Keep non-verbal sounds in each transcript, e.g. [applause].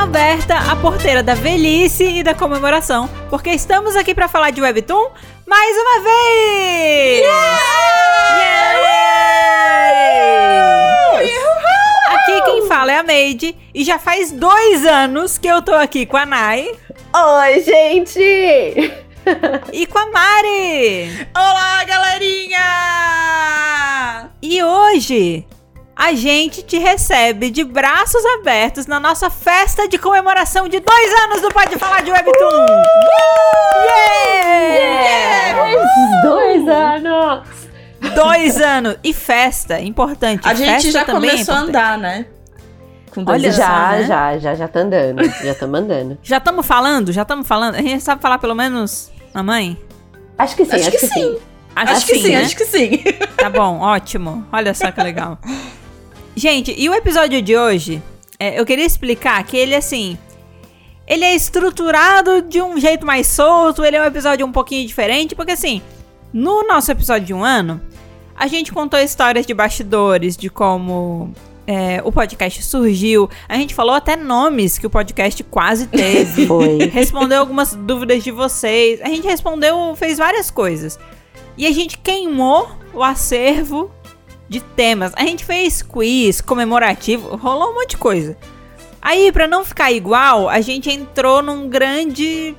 Roberta, tá a porteira da velhice e da comemoração, porque estamos aqui para falar de Webtoon mais uma vez! Yeah! Aqui quem fala é a Maid, e já faz dois anos que eu tô aqui com a Nai Oi, gente! e com a Mari! Olá, galerinha! E hoje a gente te recebe de braços abertos na nossa festa de comemoração de dois anos do Pode Falar de Webtoon! Yeah! Esses dois anos! Dois anos! E festa, importante. A gente Festa já também é começou a importante. andar, né? Com dois Olha anos, já, né? já, já, já tá andando. Já tá mandando. Já estamos falando? Já estamos falando? A gente sabe falar pelo menos mamãe? Acho que sim, acho, que, sim. Acho, Acho que sim, né? acho que sim. [laughs] Tá bom, ótimo. Olha só que legal. Gente, e o episódio de hoje, é, eu queria explicar que ele, assim, ele é estruturado de um jeito mais solto, ele é um episódio um pouquinho diferente, porque, assim, no nosso episódio de um ano, a gente contou histórias de bastidores, de como é, o podcast surgiu, a gente falou até nomes que o podcast quase teve Foi. respondeu algumas dúvidas de vocês. A gente respondeu, fez várias coisas. E a gente queimou o acervo de temas. A gente fez quiz comemorativo, rolou um monte de coisa. Aí, pra não ficar igual, a gente entrou num grande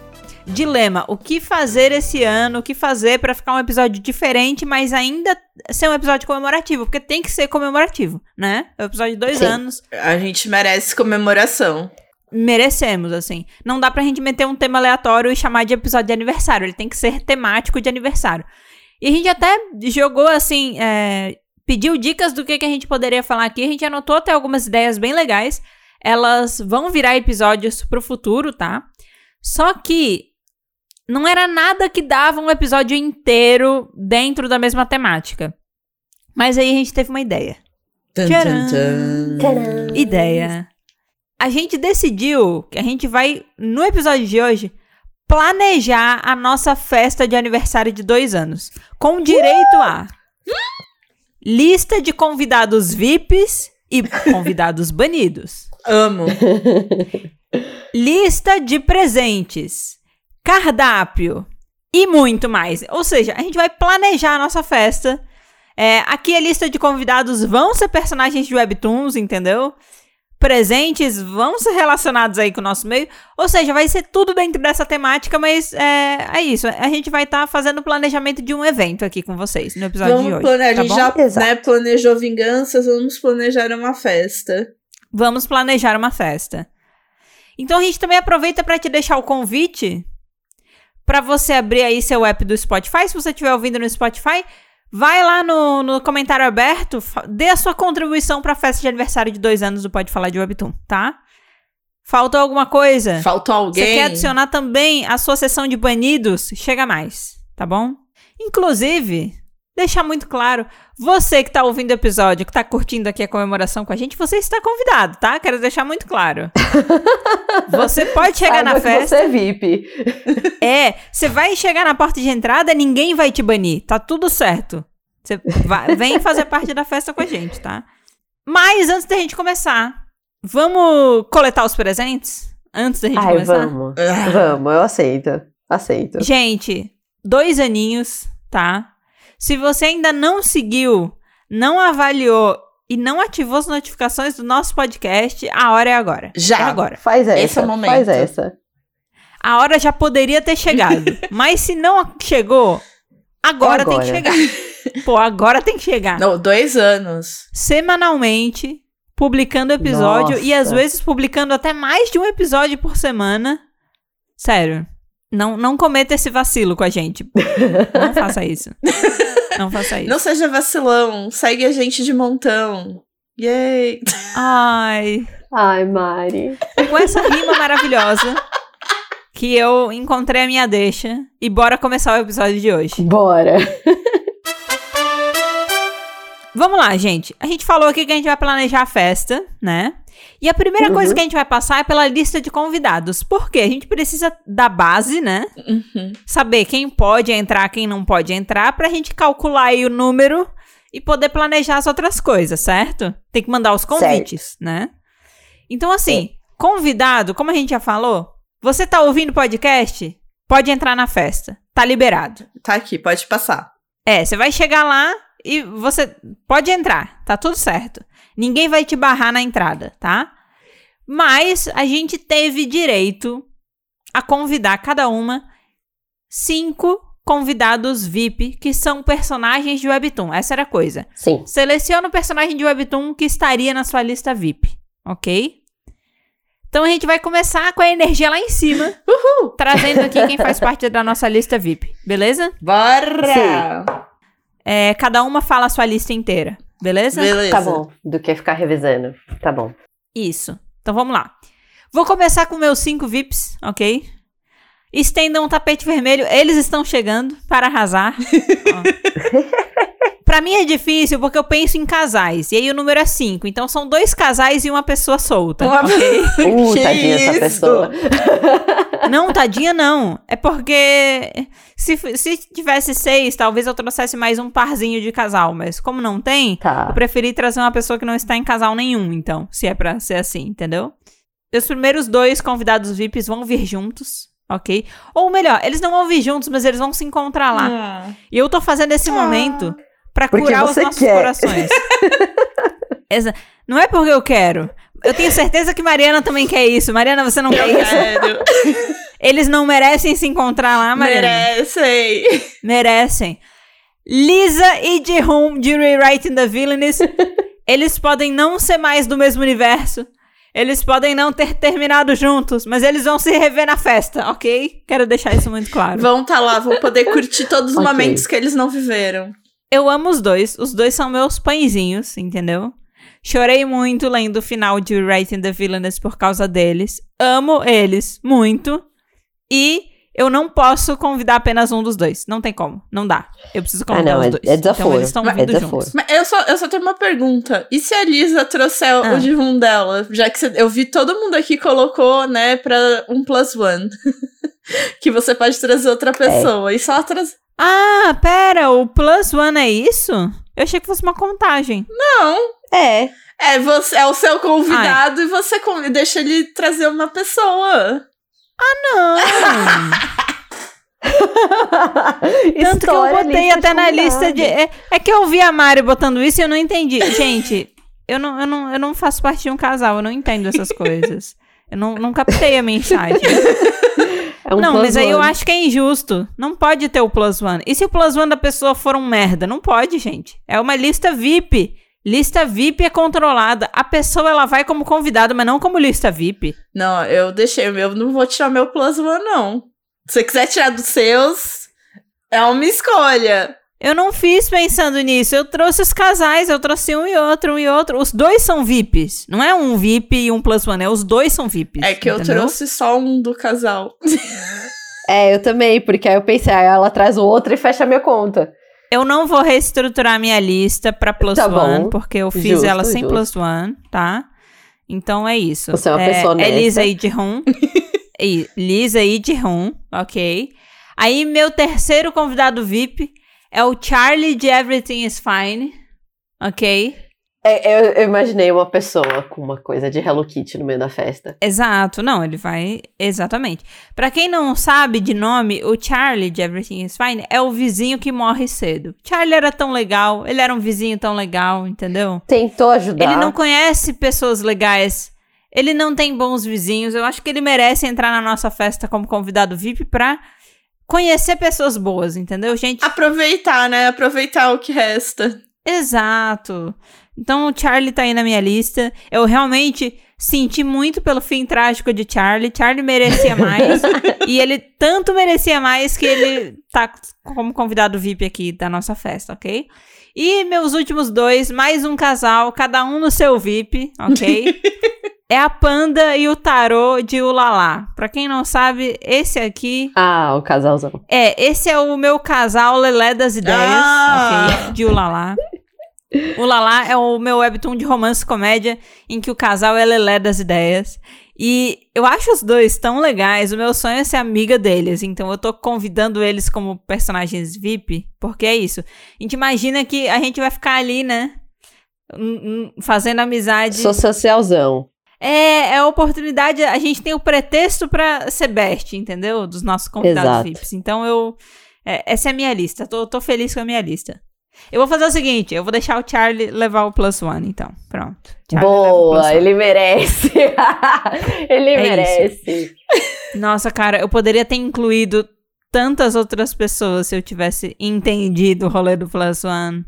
dilema. O que fazer esse ano? O que fazer pra ficar um episódio diferente, mas ainda ser um episódio comemorativo? Porque tem que ser comemorativo, né? É o episódio de dois Sim. anos A gente merece comemoração. merecemos, assim. Não dá pra gente meter um tema aleatório e chamar de episódio de aniversário. Ele tem que ser temático de aniversário. E a gente até jogou, assim, é, pediu dicas do que, que a gente poderia falar aqui. A gente anotou até algumas ideias bem legais. Elas vão virar episódios pro futuro, tá? Só que não era nada que dava um episódio inteiro dentro da mesma temática. Mas aí a gente teve uma ideia Tan, Tcharam. tan, tan. [laughs] Tcharam. ideia. A gente decidiu que a gente vai, no episódio de hoje, planejar a nossa festa de aniversário de dois anos. Com direito a lista de convidados VIPs e convidados banidos. Amo. Lista de presentes. Cardápio. E muito mais. Ou seja, a gente vai planejar a nossa festa. É, aqui a lista de convidados vão ser personagens de Webtoons, entendeu? Presentes vão ser relacionados aí com o nosso meio. Ou seja, vai ser tudo dentro dessa temática, mas é, é isso. A gente vai estar fazendo o planejamento de um evento aqui com vocês no episódio de Vamos hoje. planejar. tá a gente bom? já Exato. né, planejou vinganças, vamos planejar uma festa. Vamos planejar uma festa. Então a gente também aproveita para te deixar o convite para você abrir aí seu app do Spotify. Se você estiver ouvindo no Spotify, vai lá no, no comentário aberto, fa- dê a sua contribuição para a festa de aniversário de dois anos do Pode Falar de Webtoon, tá? Faltou alguma coisa? Faltou É. Você alguém. quer adicionar também a sua sessão de banidos? Chega mais, tá bom? Inclusive, deixar muito claro, você que tá ouvindo o episódio, que tá curtindo aqui a comemoração com a gente, você está convidado, tá? Quero deixar muito [laughs] claro. Você pode chegar Saiba na que festa. Você é VIP. É, você vai chegar na porta de entrada, ninguém vai te banir. Tá tudo certo. Você vai- vem fazer parte da festa com a gente, tá? Mas antes da gente começar, vamos coletar os presentes? Antes da gente Ai, começar? vamos. Ah, Vamos, eu aceito. Aceito. Gente, dois aninhos, tá? Se você ainda não seguiu, não avaliou e não ativou as notificações do nosso podcast, a hora é agora. Já. É agora. Faz essa. Esse é o momento. Faz essa. A hora já poderia ter chegado. mas se não chegou, agora, tem que Agora. chegar. Pô, agora tem que chegar. Não, dois anos. Semanalmente, publicando episódio e às Nossa. vezes publicando até mais de um episódio por semana. Sério. Não, não cometa esse vacilo com a gente. Não faça isso. Não faça isso. Não seja vacilão, segue a gente de montão. Yay! Ai, Ai, Mari. com essa rima maravilhosa que eu encontrei a minha deixa e bora começar o episódio de hoje. Bora. Vamos lá, gente. A gente falou aqui que a gente vai planejar a festa, né? E a primeira coisa Uhum. que a gente vai passar é pela lista de convidados. Por quê? A gente precisa da base, né? Uhum. Saber quem pode entrar, quem não pode entrar, pra gente calcular aí o número e poder planejar as outras coisas, certo? Tem que mandar os convites, né? Então, assim, Convidado, como a gente já falou, você tá ouvindo podcast? Pode entrar na festa. Tá liberado. [laughs] Tá aqui, pode passar. É, você vai chegar lá e você pode entrar. Tá tudo certo. Ninguém vai te barrar na entrada, tá? Mas a gente teve direito a convidar cada uma cinco convidados VIP que são personagens de Webtoon. Essa era a coisa. Sim. Seleciona o personagem de Webtoon que estaria na sua lista VIP, ok? Então a gente vai começar com a energia lá em cima, Uhul! trazendo aqui quem faz parte da nossa lista VIP, beleza? Bora! É, cada uma fala a sua lista inteira, beleza? Beleza. Tá bom. Do que ficar revisando. Tá bom. Isso. Então vamos lá. Vou começar com meus cinco VIPs, ok? Estendam um tapete vermelho, eles estão chegando para arrasar. Ó. Pra mim é difícil porque eu penso em casais. E aí o número é cinco. Então são dois casais e uma pessoa solta. Uma- Uh, Um Que tadinha isso? essa pessoa. Não, tadinha não. É porque se, f- se tivesse seis, talvez eu trouxesse mais um parzinho de casal, mas como não tem, eu Tá. preferi trazer uma pessoa que não está em casal nenhum, então, se é pra ser assim, entendeu? Os primeiros dois convidados VIPs vão vir juntos, ok? Ou melhor, eles não vão vir juntos, mas eles vão se encontrar lá. Ah. E eu tô fazendo esse Ah. momento pra Porque curar os você nossos quer. [laughs] corações. Exa- não é porque eu quero. Eu tenho certeza que Mariana também quer isso. Mariana, você não quer Eu isso? [laughs] quero. Eles não merecem se encontrar lá, Mariana. Merecem. Merecem. Lisa e Jihun de Rewriting the [laughs] Villainous. eles podem não ser mais do mesmo universo. Eles podem não ter terminado juntos, mas eles vão se rever na festa, ok? Quero deixar isso muito claro. Vão tá lá, vão poder curtir todos os Ok. momentos que eles não viveram. Eu amo os dois. Os dois são meus pãezinhos, entendeu? Chorei muito lendo o final de Rewriting the Villainous por causa deles. Amo eles muito. E eu não posso convidar apenas um dos dois. Não tem como. Não dá. Eu preciso convidar não, os é- dois. é desaforo. Então eles estão É vindo desaforo. juntos. Mas eu só, eu só tenho uma pergunta. E se a Lisa trouxer o- Ah. o divum dela? Já que cê- eu vi todo mundo aqui colocou, né, pra um plus one. [laughs] que você pode trazer outra É. pessoa. E só trazer. Ah, pera. O plus one é isso? Eu achei que fosse uma contagem. Não! [laughs] É. É, você, é o seu convidado e você con- deixa ele trazer uma pessoa. [laughs] Não. Tanto que é eu botei até na lista de. É, é que eu vi a Mari botando isso e eu não entendi. Gente, eu não, eu, não, eu não faço parte de um casal, eu não entendo essas coisas. Eu não, não captei a mensagem. É um não, mas plus aí eu one. acho que é injusto. Não pode ter o plus one. E se o plus one da pessoa for um merda? Não pode, gente. É uma lista VIP. Lista VIP é controlada. A pessoa ela vai como convidada, mas não como lista VIP. Não, eu deixei. Eu não vou tirar meu plus one, não. Se você quiser tirar dos seus, é uma escolha. Eu não fiz pensando nisso. Eu trouxe os casais, eu trouxe um e outro, um e outro. Os dois são VIPs. Não é um VIP e um plus one, é os dois são VIPs. É que eu entendeu? trouxe só um do casal. É, eu também, porque aí eu pensei, aí ela traz o outro e fecha a minha conta. Eu não vou reestruturar minha lista pra plus Tá one, bom. porque eu fiz Justo, ela sem justo. plus one, tá? Então é isso. Você é uma é, pessoa É honesta. Lisa e de [laughs] Rum. E- Lisa e de Rum, ok? Aí meu terceiro convidado VIP é o Charlie de Everything is Fine, ok? É, eu, eu imaginei uma pessoa com uma coisa de Hello Kitty no meio da festa. Exato, não, ele vai. Exatamente. Pra quem não sabe de nome, o Charlie de Everything is Fine é o vizinho que morre cedo. Charlie era tão legal, ele era um vizinho tão legal, entendeu? Tentou ajudar. Ele não conhece pessoas legais, ele não tem bons vizinhos. Eu acho que ele merece entrar na nossa festa como convidado VIP pra conhecer pessoas boas, entendeu? Gente Aproveitar, né? Aproveitar o que resta. Exato. Então o Charlie tá aí na minha lista. Eu realmente senti muito pelo fim trágico de Charlie. Charlie merecia mais. e ele tanto merecia mais que ele tá como convidado VIP aqui da nossa festa, ok? E meus últimos dois, mais um casal, cada um no seu VIP, ok? é a Panda e o Tarô de Ulalá. Pra quem não sabe, esse aqui Ah, o casalzão. é, esse é o meu casal Lelé das Ideias, Ah! ok? De Ulalá. Ulalá é o meu webtoon de romance e comédia em que o casal é Lelé das Ideias. E eu acho os dois tão legais. O meu sonho é ser amiga deles. Então eu tô convidando eles como personagens VIP, porque é isso. A gente imagina que a gente vai ficar ali, né? Hum, hum, Fazendo amizade. Sou socialzão. é, é a oportunidade, a gente tem o pretexto pra ser best, entendeu? Dos nossos convidados Exato. VIPs. Então eu. é, essa é a minha lista. Tô, tô feliz com a minha lista. Eu vou fazer o seguinte: eu vou deixar o Charlie levar o plus one, então. Pronto. Charlie leva o plus Boa, one. ele merece. [laughs] ele É merece. Nossa, cara, eu poderia ter incluído tantas outras pessoas se eu tivesse entendido o rolê do Plus One.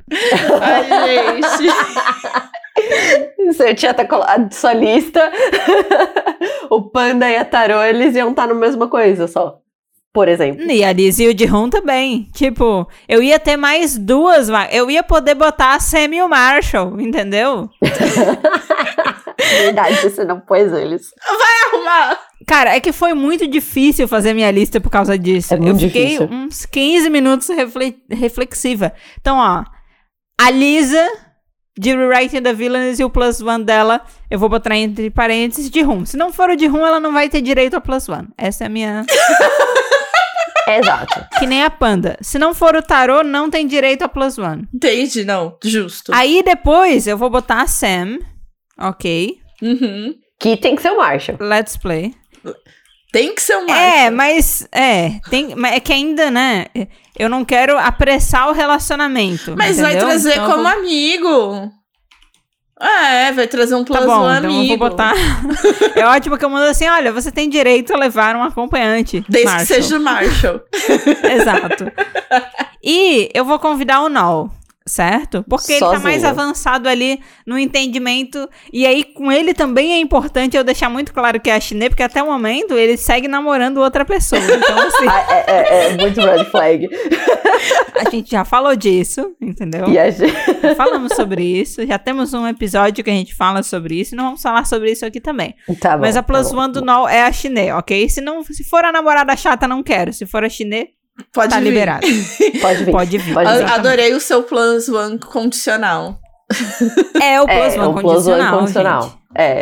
Ai, gente. [laughs] Você tinha até colado sua lista. [laughs] o Panda e a Tarô, eles iam estar na mesma coisa só. Por exemplo. E a Liz e o Dihon também. Tipo, eu ia ter mais duas, va- eu ia poder botar a Sam e o Marshall, entendeu? [laughs] Verdade, você não pôs eles. É Arrumar. Cara, é que foi muito difícil fazer minha lista por causa disso. É muito eu fiquei difícil. uns 15 minutos refle- reflexiva. Então, ó, a Lisa de Rewriting the Villains e o plus one dela, eu vou botar entre parênteses de rum. Se não for o de rum, ela não vai ter direito ao plus one. Essa é a minha. Exato. que nem a panda. Se não for o tarô, não tem direito ao plus one. Entendi, não. Justo. Aí depois eu vou botar a Sam. Ok. Uhum. Que tem que ser o [laughs] Marshall. Let's play. Tem que ser um É, mas é, tem, mas é que ainda, né? Eu não quero apressar o relacionamento. Mas vai entendeu? trazer Então eu como vou- amigo. É, vai trazer um plus Tá bom, one então amigo. eu vou botar. [laughs] é ótimo que eu mando assim: olha, você tem direito a levar um acompanhante. Desde Marshall. que seja o Marshall. [laughs] Exato. E eu vou convidar o Nol, certo? Porque ele tá Sozinho. mais avançado ali no entendimento. E aí, com ele também é importante eu deixar muito claro que é a Chinê, porque até o momento ele segue namorando outra pessoa. Então, assim, Ah, é, é- é muito red flag. [laughs] a gente já falou disso, entendeu? E a gente... [laughs] Já falamos sobre isso. Já temos um episódio que a gente fala sobre isso. E não vamos falar sobre isso aqui também. Tá bom. Mas a tá plus bom. one do Nol é a Chinê, ok? Se, não, se for a namorada chata, não quero. Se for a Chinê, Pode tá vir. liberado. tá Pode vir. Pode vir. Pode A- vir. Exatamente. Adorei o seu plus one condicional. É o plus É, one o plus condicional. one condicional. gente. É.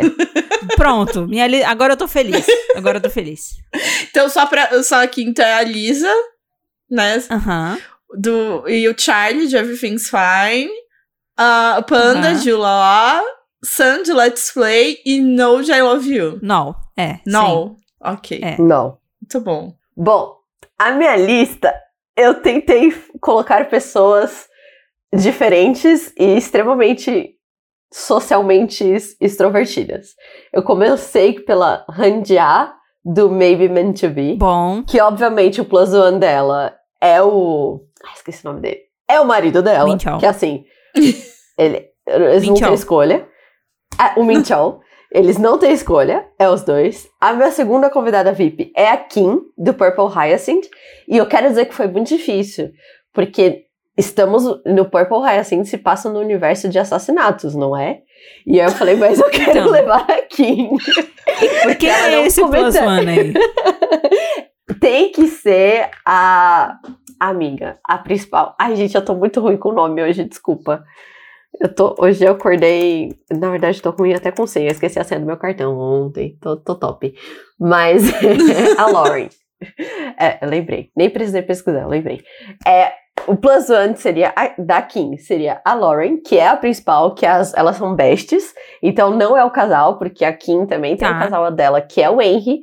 Pronto, minha li- agora eu tô feliz. Agora eu tô feliz. Então, só, pra, só a quinta é a Lisa, né? Aham. Do, e o Charlie de Everything's Fine. A Panda Aham. de Law. Sam de Let's Play. E No I Love You. Não, é. sim. No. Ok. É. Não. Muito bom. Bom, a minha lista eu tentei f- colocar pessoas diferentes e extremamente socialmente es- extrovertidas. Eu comecei pela Handia, do Maybe Meant to Be, Bom. que obviamente o plus one dela é o. Ai, esqueci o nome dele. É o marido dela. Minchal. Que assim. ele, eles não Minchal. têm escolha. Ah, o Minchal. Eles não têm escolha, é os dois. A minha segunda convidada VIP é a Kim, do Purple Hyacinth. E eu quero dizer que foi muito difícil, porque estamos no Purple Hyacinth se passa no universo de assassinatos, não é? E aí eu falei, mas eu quero Então. levar a Kim. Quem ela não é esse plus comenta. one aí? Tem que ser a a amiga, a principal. Ai, gente, eu tô muito ruim com o nome hoje, desculpa. Eu tô, hoje eu acordei, na verdade, tô ruim até com senha, esqueci a senha do meu cartão ontem, tô, tô top. Mas [laughs] a Lauren. É, eu lembrei, nem precisei pesquisar, eu lembrei. É, o plus one seria a, da Kim, seria a Lauren, que é a principal, que as, elas são bestes. Então não é o casal, porque a Kim também tem Tá. o casal dela, que é o Henry.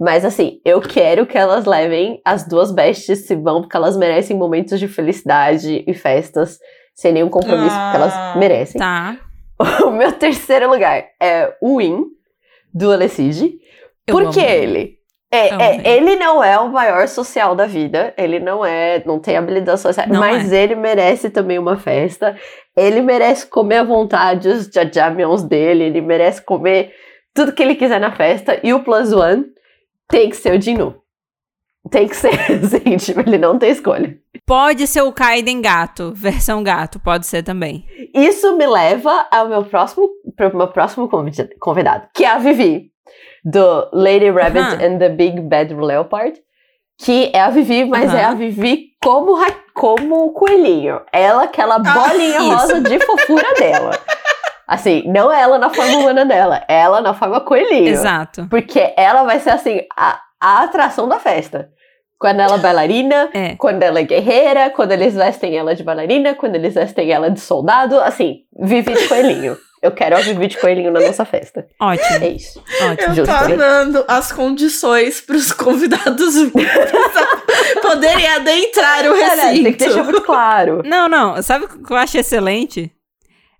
Mas assim, eu quero que elas levem as duas bestes se vão, porque elas merecem momentos de felicidade e festas sem nenhum compromisso, porque Ah, elas merecem. Tá. [laughs] O meu terceiro lugar é o Win, do Alessige. Eu Por amo. que ele? É, Eu é, amo ele não é o maior social da vida, ele não é, não tem habilidades sociais, Não é. mas ele merece também uma festa, ele merece comer à vontade os jajamions dele, ele merece comer tudo que ele quiser na festa, e o plus one tem que ser o Dinu. Tem que ser, [laughs] assim, tipo, ele não tem escolha. Pode ser o Kaiden gato, versão gato, pode ser também. Isso me leva ao meu próximo, pro meu próximo convida- convidado, que é a Vivi, do Lady Rabbit Aham. and the Big Bad Leopard, que é a Vivi, mas Aham. é a Vivi como, ra- como coelhinho. Ela, aquela bolinha Ah, isso. rosa de fofura [laughs] dela. Assim, não ela na forma humana dela, ela na forma coelhinho. Exato. Porque ela vai ser, assim, a, a atração da festa. Quando ela é bailarina, É. quando ela é guerreira, quando eles vestem ela de bailarina, quando eles vestem ela de soldado, assim, vive de coelhinho. Eu quero ouvir vídeo coelhinho na nossa festa. Ótimo, É isso. ótimo. Eu Justo, tava né? dando as condições pros convidados [laughs] poderem adentrar o Olha, recinto. tem que deixar muito [laughs] claro. Não, não. Sabe o que eu acho excelente?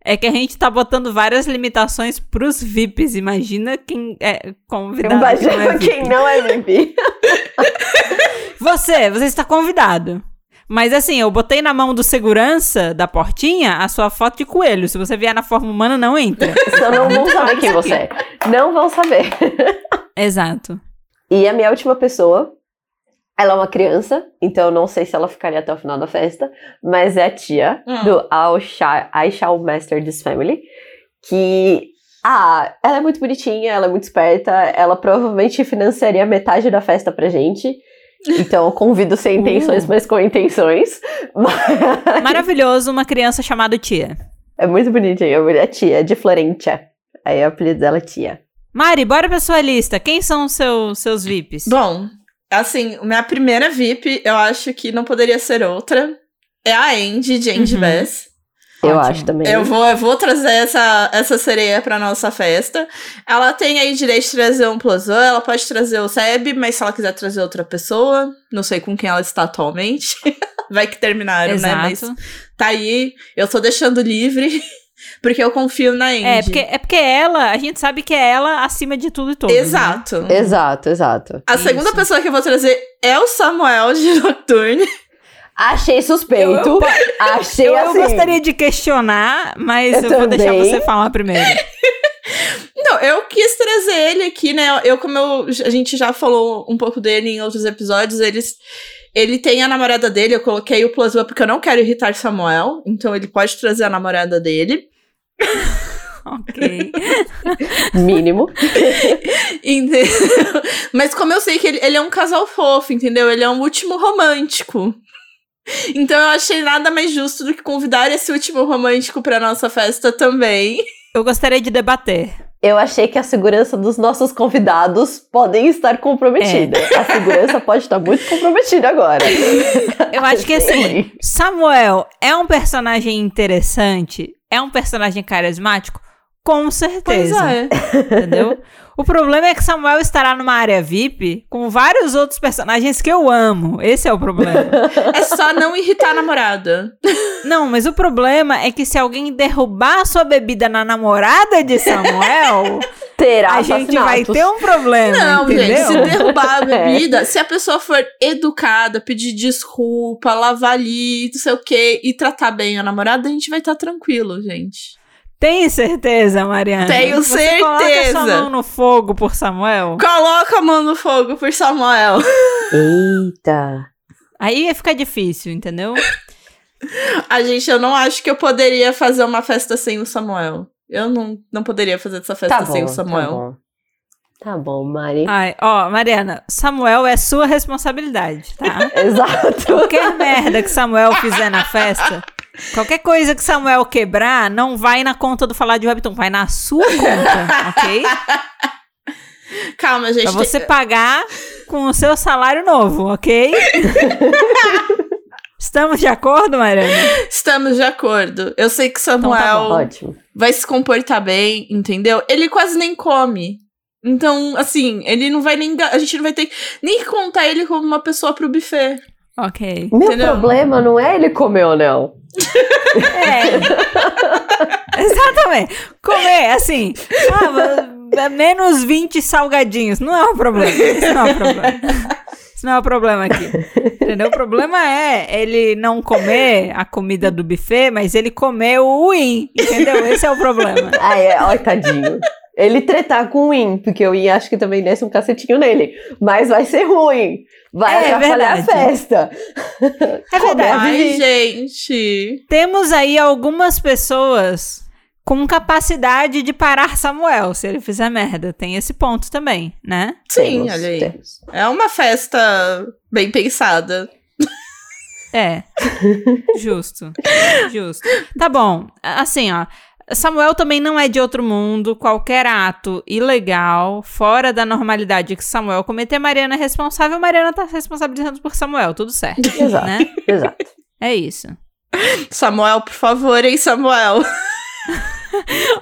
É que a gente tá botando várias limitações pros VIPs. Imagina quem é convidado. Imagina não é VIP. [laughs] quem não é VIP. Você, você está convidado. Mas assim, eu botei na mão do segurança da portinha a sua foto de coelho. Se você vier na forma humana, não [laughs] entra. Então não vão saber quem você é. Não vão saber. Exato. E a minha última pessoa, ela é uma criança, então eu não sei se ela ficaria até o final da festa, mas é a tia Hum. do I'll Sha- I Shall Master This Family, que. Ah, ela é muito bonitinha, ela é muito esperta, ela provavelmente financiaria metade da festa pra gente. Então eu convido Hum. sem intenções, mas com intenções. Mas Maravilhoso uma criança chamada tia. é muito bonitinha, é tia, é de Florentia. Aí o apelido dela é tia. Mari, bora pra sua lista. Quem são os seu- seus VIPs? Bom, assim, minha primeira VIP, eu acho que não poderia ser outra. É a Andy de Andy Uhum. Bass. Eu Ótimo. acho também. Eu vou, eu vou trazer essa, essa sereia pra nossa festa. Ela tem aí direito de trazer um plus one, ela pode trazer o Seb, mas se ela quiser trazer outra pessoa, não sei com quem ela está atualmente. [laughs] Vai que terminaram, né? Mas Exato. tá aí, eu tô deixando livre, [laughs] porque eu confio na Andy. é, porque, é porque ela, a gente sabe que é ela acima de tudo e todos. né? Exato. Exato, exato. A Isso. segunda pessoa que eu vou trazer é o Samuel de [laughs] Nocturne. Achei suspeito. Eu- eu- achei Eu, eu assim. gostaria de questionar, mas eu, Eu vou deixar também. você falar [laughs] primeiro. Então, eu quis trazer ele aqui, né? Eu, como eu- a gente já falou um pouco dele em outros episódios, eles. Ele tem a namorada dele, eu coloquei o plus one porque eu não quero irritar Samuel, então ele pode trazer a namorada dele, ok. Mínimo. entendeu? [laughs] Mas como eu sei que ele, ele é um casal fofo, entendeu? Ele é um último romântico. Então eu achei nada mais justo do que convidar esse último romântico pra nossa festa também. Eu gostaria de debater. Eu achei que a segurança dos nossos convidados podem estar comprometida. É. A segurança pode estar muito comprometida agora. Eu acho que assim, Samuel é um personagem interessante, é um personagem carismático, com Pois certeza, é. entendeu? O problema é que Samuel estará numa área VIP com vários outros personagens que eu amo. Esse é o [laughs] problema. É só não irritar a namorada. Não, mas o problema é que se alguém derrubar a sua bebida na namorada de Samuel, Terá a gente vai ter um problema, Não, entendeu? gente, se derrubar a bebida, se a pessoa for educada, pedir desculpa, lavar ali, não sei o quê, e tratar bem a namorada, a gente vai estar tranquilo, gente. Tem certeza, Mariana? Tenho Você Coloca sua certeza. mão no fogo por Samuel. Coloca a mão no fogo por Samuel. [laughs] um- Eita. Aí ia ficar difícil, entendeu? A gente, eu não acho que eu poderia fazer uma festa sem o Samuel. Eu não, não poderia fazer essa festa Tá bom, sem o Samuel. Tá bom. Tá bom, Mari. Ai, ó, Mariana, Samuel é sua responsabilidade, [laughs] tá? Exato. Qualquer merda que Samuel fizer na festa, qualquer coisa que Samuel quebrar, não vai na conta do Falar de Webtoon, vai na sua [laughs] conta, ok? Calma, gente. Pra tem- você pagar com o seu salário novo, [laughs] ok? Estamos de acordo, Mariana? Estamos de acordo. Eu sei que tá bom. Samuel Ótimo. vai se comportar bem, entendeu? Ele quase nem come. Então, assim, ele não vai nem. dar- A gente não vai ter nem que contar ele como uma pessoa pro buffet. Ok. Meu Entendeu? problema não é ele comer ou não. É. [laughs] Exatamente. Comer, assim, ah, va- menos 20 salgadinhos. Não é um problema. Isso não é um problema. Isso não é o problema aqui. Entendeu? O problema é ele não comer a comida do buffet, mas ele comer o win. Entendeu? Esse é o problema. Ai, é, ó, tadinho. Ele tretar com o Win, porque o Win acho que também desce um cacetinho nele. Mas vai ser ruim. Vai É, atrapalhar a verdade. festa. É verdade. Ai, gente. Temos aí algumas pessoas com capacidade de parar Samuel, se ele fizer merda. Tem esse ponto também, né? Sim, Temos, olha aí. temos. É uma festa bem pensada. [laughs] É. Justo. Justo. Tá bom. A- Assim, ó. Samuel também não é de outro mundo. Qualquer ato ilegal, fora da normalidade que Samuel cometer, Mariana é responsável. Mariana tá se responsabilizando por Samuel. Tudo certo. Exato. Né? Exato. É isso. [laughs] Samuel, por favor, hein, Samuel?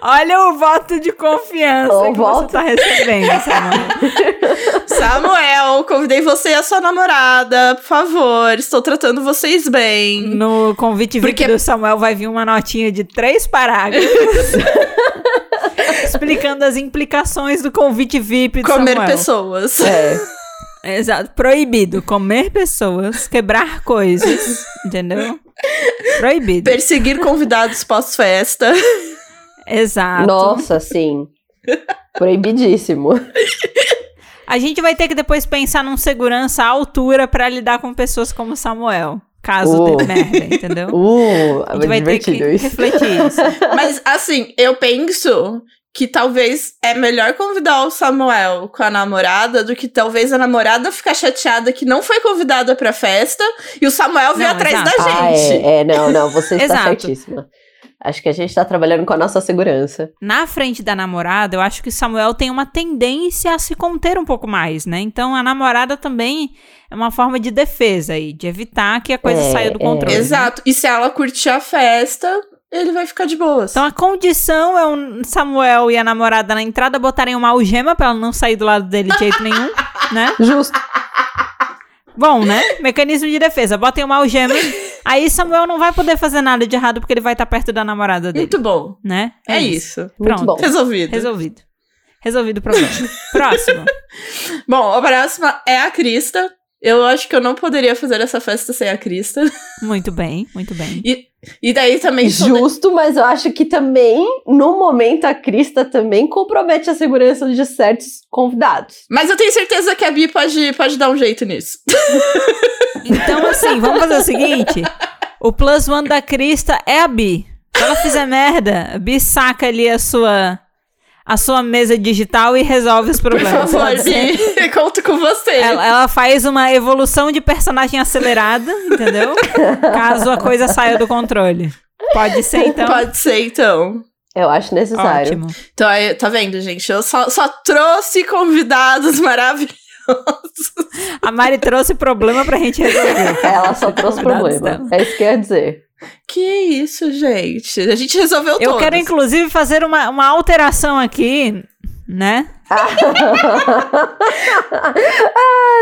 Olha o voto de confiança O que voto. você tá recebendo, Samuel. Samuel, convidei você e a sua namorada, por favor. Estou tratando vocês bem. No convite VIP Porque- do Samuel vai vir uma notinha de três [laughs] parágrafos. explicando as implicações do convite VIP do Comer Hum, Samuel. pessoas. É. Exato. Proibido comer pessoas, quebrar coisas, entendeu? Proibido. Perseguir convidados pós-festa. Exato. Nossa, sim. [laughs] Proibidíssimo. A gente vai ter que depois pensar num segurança à altura pra lidar com pessoas como Samuel. Caso Oh. dê merda, [laughs] entendeu? Uh, A é gente vai ter que divertido [laughs] isso. refletir isso. Mas assim, eu penso que talvez é melhor convidar o Samuel com a namorada do que talvez a namorada ficar chateada que não foi convidada pra festa e o Samuel vir Não, atrás exato. da Ah, gente. é, é, não, não, você está Exato. certíssima. Acho que a gente está trabalhando com a nossa segurança. Na frente da namorada, eu acho que Samuel tem uma tendência a se conter um pouco mais, né? Então a namorada também é uma forma de defesa aí, de evitar que a coisa É, saia do é. controle. né? Exato. E se ela curtir a festa, ele vai ficar de boas. Então a condição é o Samuel e a namorada na entrada botarem uma algema pra ela não sair do lado dele de jeito nenhum, né? Justo. Bom, né? Mecanismo de defesa. Botem uma algema. Aí Samuel não vai poder fazer nada de errado porque ele vai estar perto da namorada dele, Muito bom. né? É, isso. Muito Pronto. bom. Resolvido. Resolvido. Resolvido o problema. Próximo. Bom, a próxima é a Crista. Eu acho que eu não poderia fazer essa festa sem a Crista. [laughs] Muito bem, muito bem. E daí também. sou- Justo, mas eu acho que também, no momento, a Crista também compromete a segurança de certos convidados. Mas eu tenho certeza que a Bi pode, pode dar um jeito nisso. Então, assim, vamos fazer o seguinte: o plus one da Crista é a Bi. Se ela fizer merda, a Bi saca ali a sua, a sua mesa digital e resolve os Por problemas. favor, Pode ser? [laughs] Bi, conto com você. Ela, ela faz uma evolução de personagem acelerada, entendeu? Caso a coisa saia do controle. Pode ser, então. Pode ser, então. Eu acho necessário. Ótimo. Então, aí, tá vendo, gente? Eu só, só trouxe convidados [laughs] maravilhosos. A Mari trouxe problema pra gente resolver. [laughs] Ela só trouxe Convidados problema. É isso que eu ia dizer. Que isso, gente? A gente resolveu Eu todos. quero, inclusive, fazer uma, uma alteração aqui, né? ah,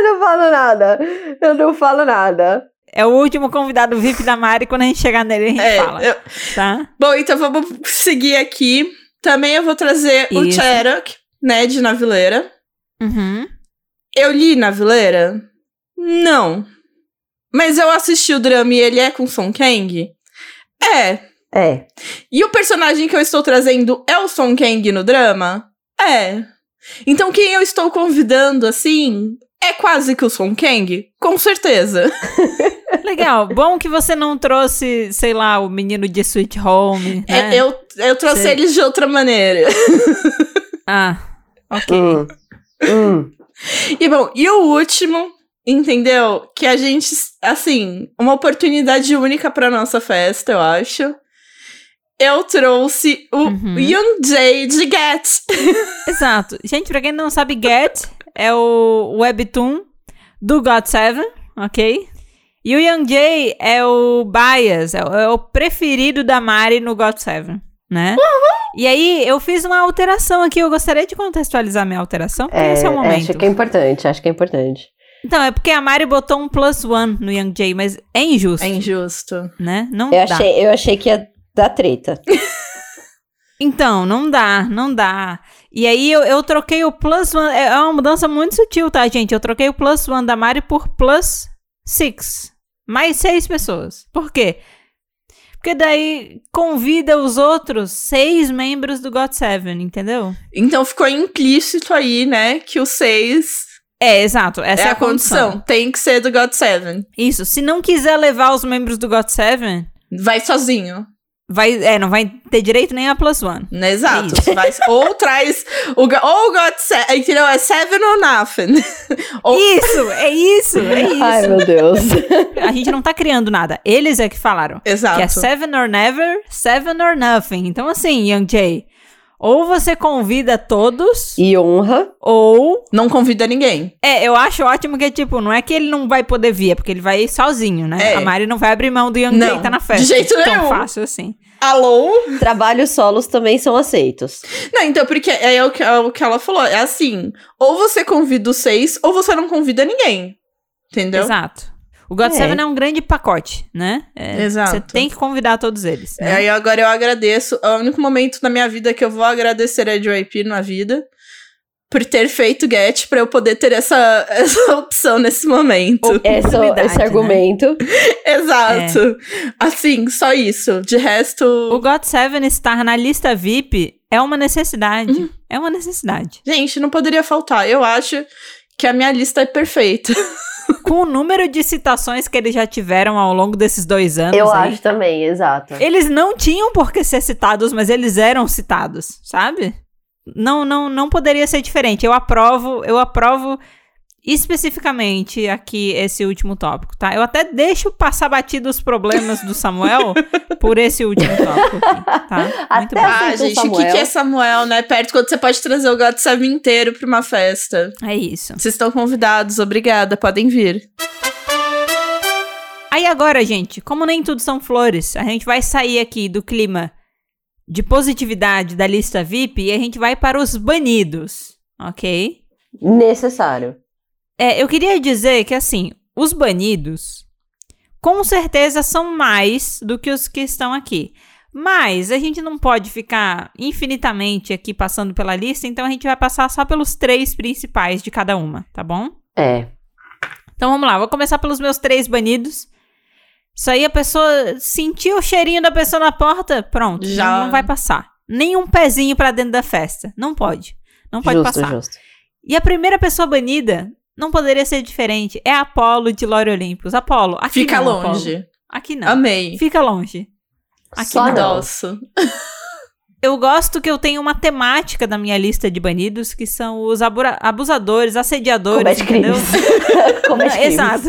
não falo nada. Eu não falo nada. É o último convidado VIP da Mari. Quando a gente chegar nele, a gente É, fala. eu- Tá? Bom, então vamos seguir aqui. Também eu vou trazer o Isso. Cherokee, né, de Navileira. Uhum. Eu li Navileira? Não. Mas eu assisti o drama e ele é com Song Kang? É. É. E o personagem que eu estou trazendo é o Song Kang no drama? É. Então quem eu estou convidando assim é quase que o Song Kang? Com certeza. Legal. Bom que você não trouxe, sei lá, o menino de Sweet Home. Né? É, Eu, eu trouxe Sei. eles de outra maneira. [laughs] Ah, ok. Hum. Hum. E bom, e o último, entendeu? Que a gente, assim, uma oportunidade única pra nossa festa, eu acho. Eu trouxe o Uhum. Yoon Jae de Get. Exato. Gente, pra quem não sabe, Get é o webtoon do God7, ok? E o Young Jay é o bias, é o, é o preferido da Mari no God7, né? E aí, eu fiz uma alteração aqui, eu gostaria de contextualizar minha alteração, porque esse é o momento. Acho que é importante, acho que é importante. Então, é porque a Mari botou um plus one no Young Jay, mas é injusto, É injusto. né? Não Eu dá. achei, eu achei que ia dar treta. Então, não dá, não dá. E aí eu, eu troquei o plus one. É é uma mudança muito sutil, tá, gente? Eu troquei o plus one da Mari por plus six. Mais seis pessoas. Por quê? Porque daí convida os outros seis membros do God Seven, entendeu? Então ficou implícito aí, né, que o 6 É, exato. Essa é a condição. Tem que ser do God Seven. Isso. Se não quiser levar os membros do God Seven, Vai sozinho. vai, é, não vai ter direito nem a plus one. Né? Exato. Vai- ou traz o, go- ou o God Seven. Entendeu? É Seven ou Nothing. [laughs] Ou- Isso, é isso, é Ai, isso. meu [laughs] Deus. A gente não tá criando nada. Eles é que falaram. Exato. Que é Seven or Never, Seven or Nothing. Então, assim, Young Jay, Ou você convida todos, E honra. ou. Não convida ninguém. É, eu acho ótimo que, tipo, não é que ele não vai poder vir, é porque ele vai ir sozinho, né? É. A Mari não vai abrir mão do Young Não, Jay tá na festa. de jeito tão nenhum. fácil assim. Alô? Trabalhos solos também são aceitos. Não, então, porque é o, que, é o que ela falou. É assim, ou você convida os seis, ou você não convida ninguém. Entendeu? Exato. O God É. Seven é um grande pacote, né? É, Exato. Você tem que convidar todos eles. É, né? Aí agora eu agradeço. É o único momento na minha vida que eu vou agradecer a JP na vida por ter feito Get pra eu poder ter essa, [laughs] essa opção nesse momento. Essa, Oportunidade, esse é né? argumento. É. Exato. Assim, só isso. De resto. O God Seven estar na lista VIP é uma necessidade. É uma necessidade. [laughs] Gente, não poderia faltar. Eu acho que a minha lista é perfeita. Com o número de citações que eles já tiveram ao longo desses dois anos, Eu aí, acho também, exato. eles não tinham por que ser citados, mas eles eram citados, sabe? Não, não, não poderia ser diferente. Eu aprovo, eu aprovo especificamente aqui esse último tópico, tá? Eu até deixo passar batido os problemas do [laughs] Samuel por esse último tópico, aqui, tá? Até bom. Ah, Aceita o gente, o que, Samuel. que é Samuel, né? Perto quando você pode trazer o gato Seven inteiro pra uma festa. É isso. Vocês estão convidados, obrigada, podem vir. Aí agora, gente, como nem tudo são flores, a gente vai sair aqui do clima de positividade da lista VIP e a gente vai para os banidos, ok? Necessário. É, eu queria dizer que, assim, os banidos com certeza são mais do que os que estão aqui. Mas a gente não pode ficar infinitamente aqui passando pela lista, então a gente vai passar só pelos três principais de cada uma, tá bom? É. Então vamos lá, vou começar pelos meus três banidos. Isso aí a pessoa sentiu o cheirinho da pessoa na porta, pronto, Já. não, não vai passar. Nem um pezinho pra dentro da festa, não pode. Não pode justo, passar. justo. E a primeira pessoa banida não poderia ser diferente, é a Apolo de Lore Olympus. Apolo, aqui Fica não, Apolo. longe. Aqui não. Amei. Fica longe. Aqui Só não. [laughs] não. Nossa. Eu gosto que eu tenho uma temática da minha lista de banidos, que são os abura- abusadores, assediadores, Comete entendeu? crimes. Comete Não, crimes. é Exato.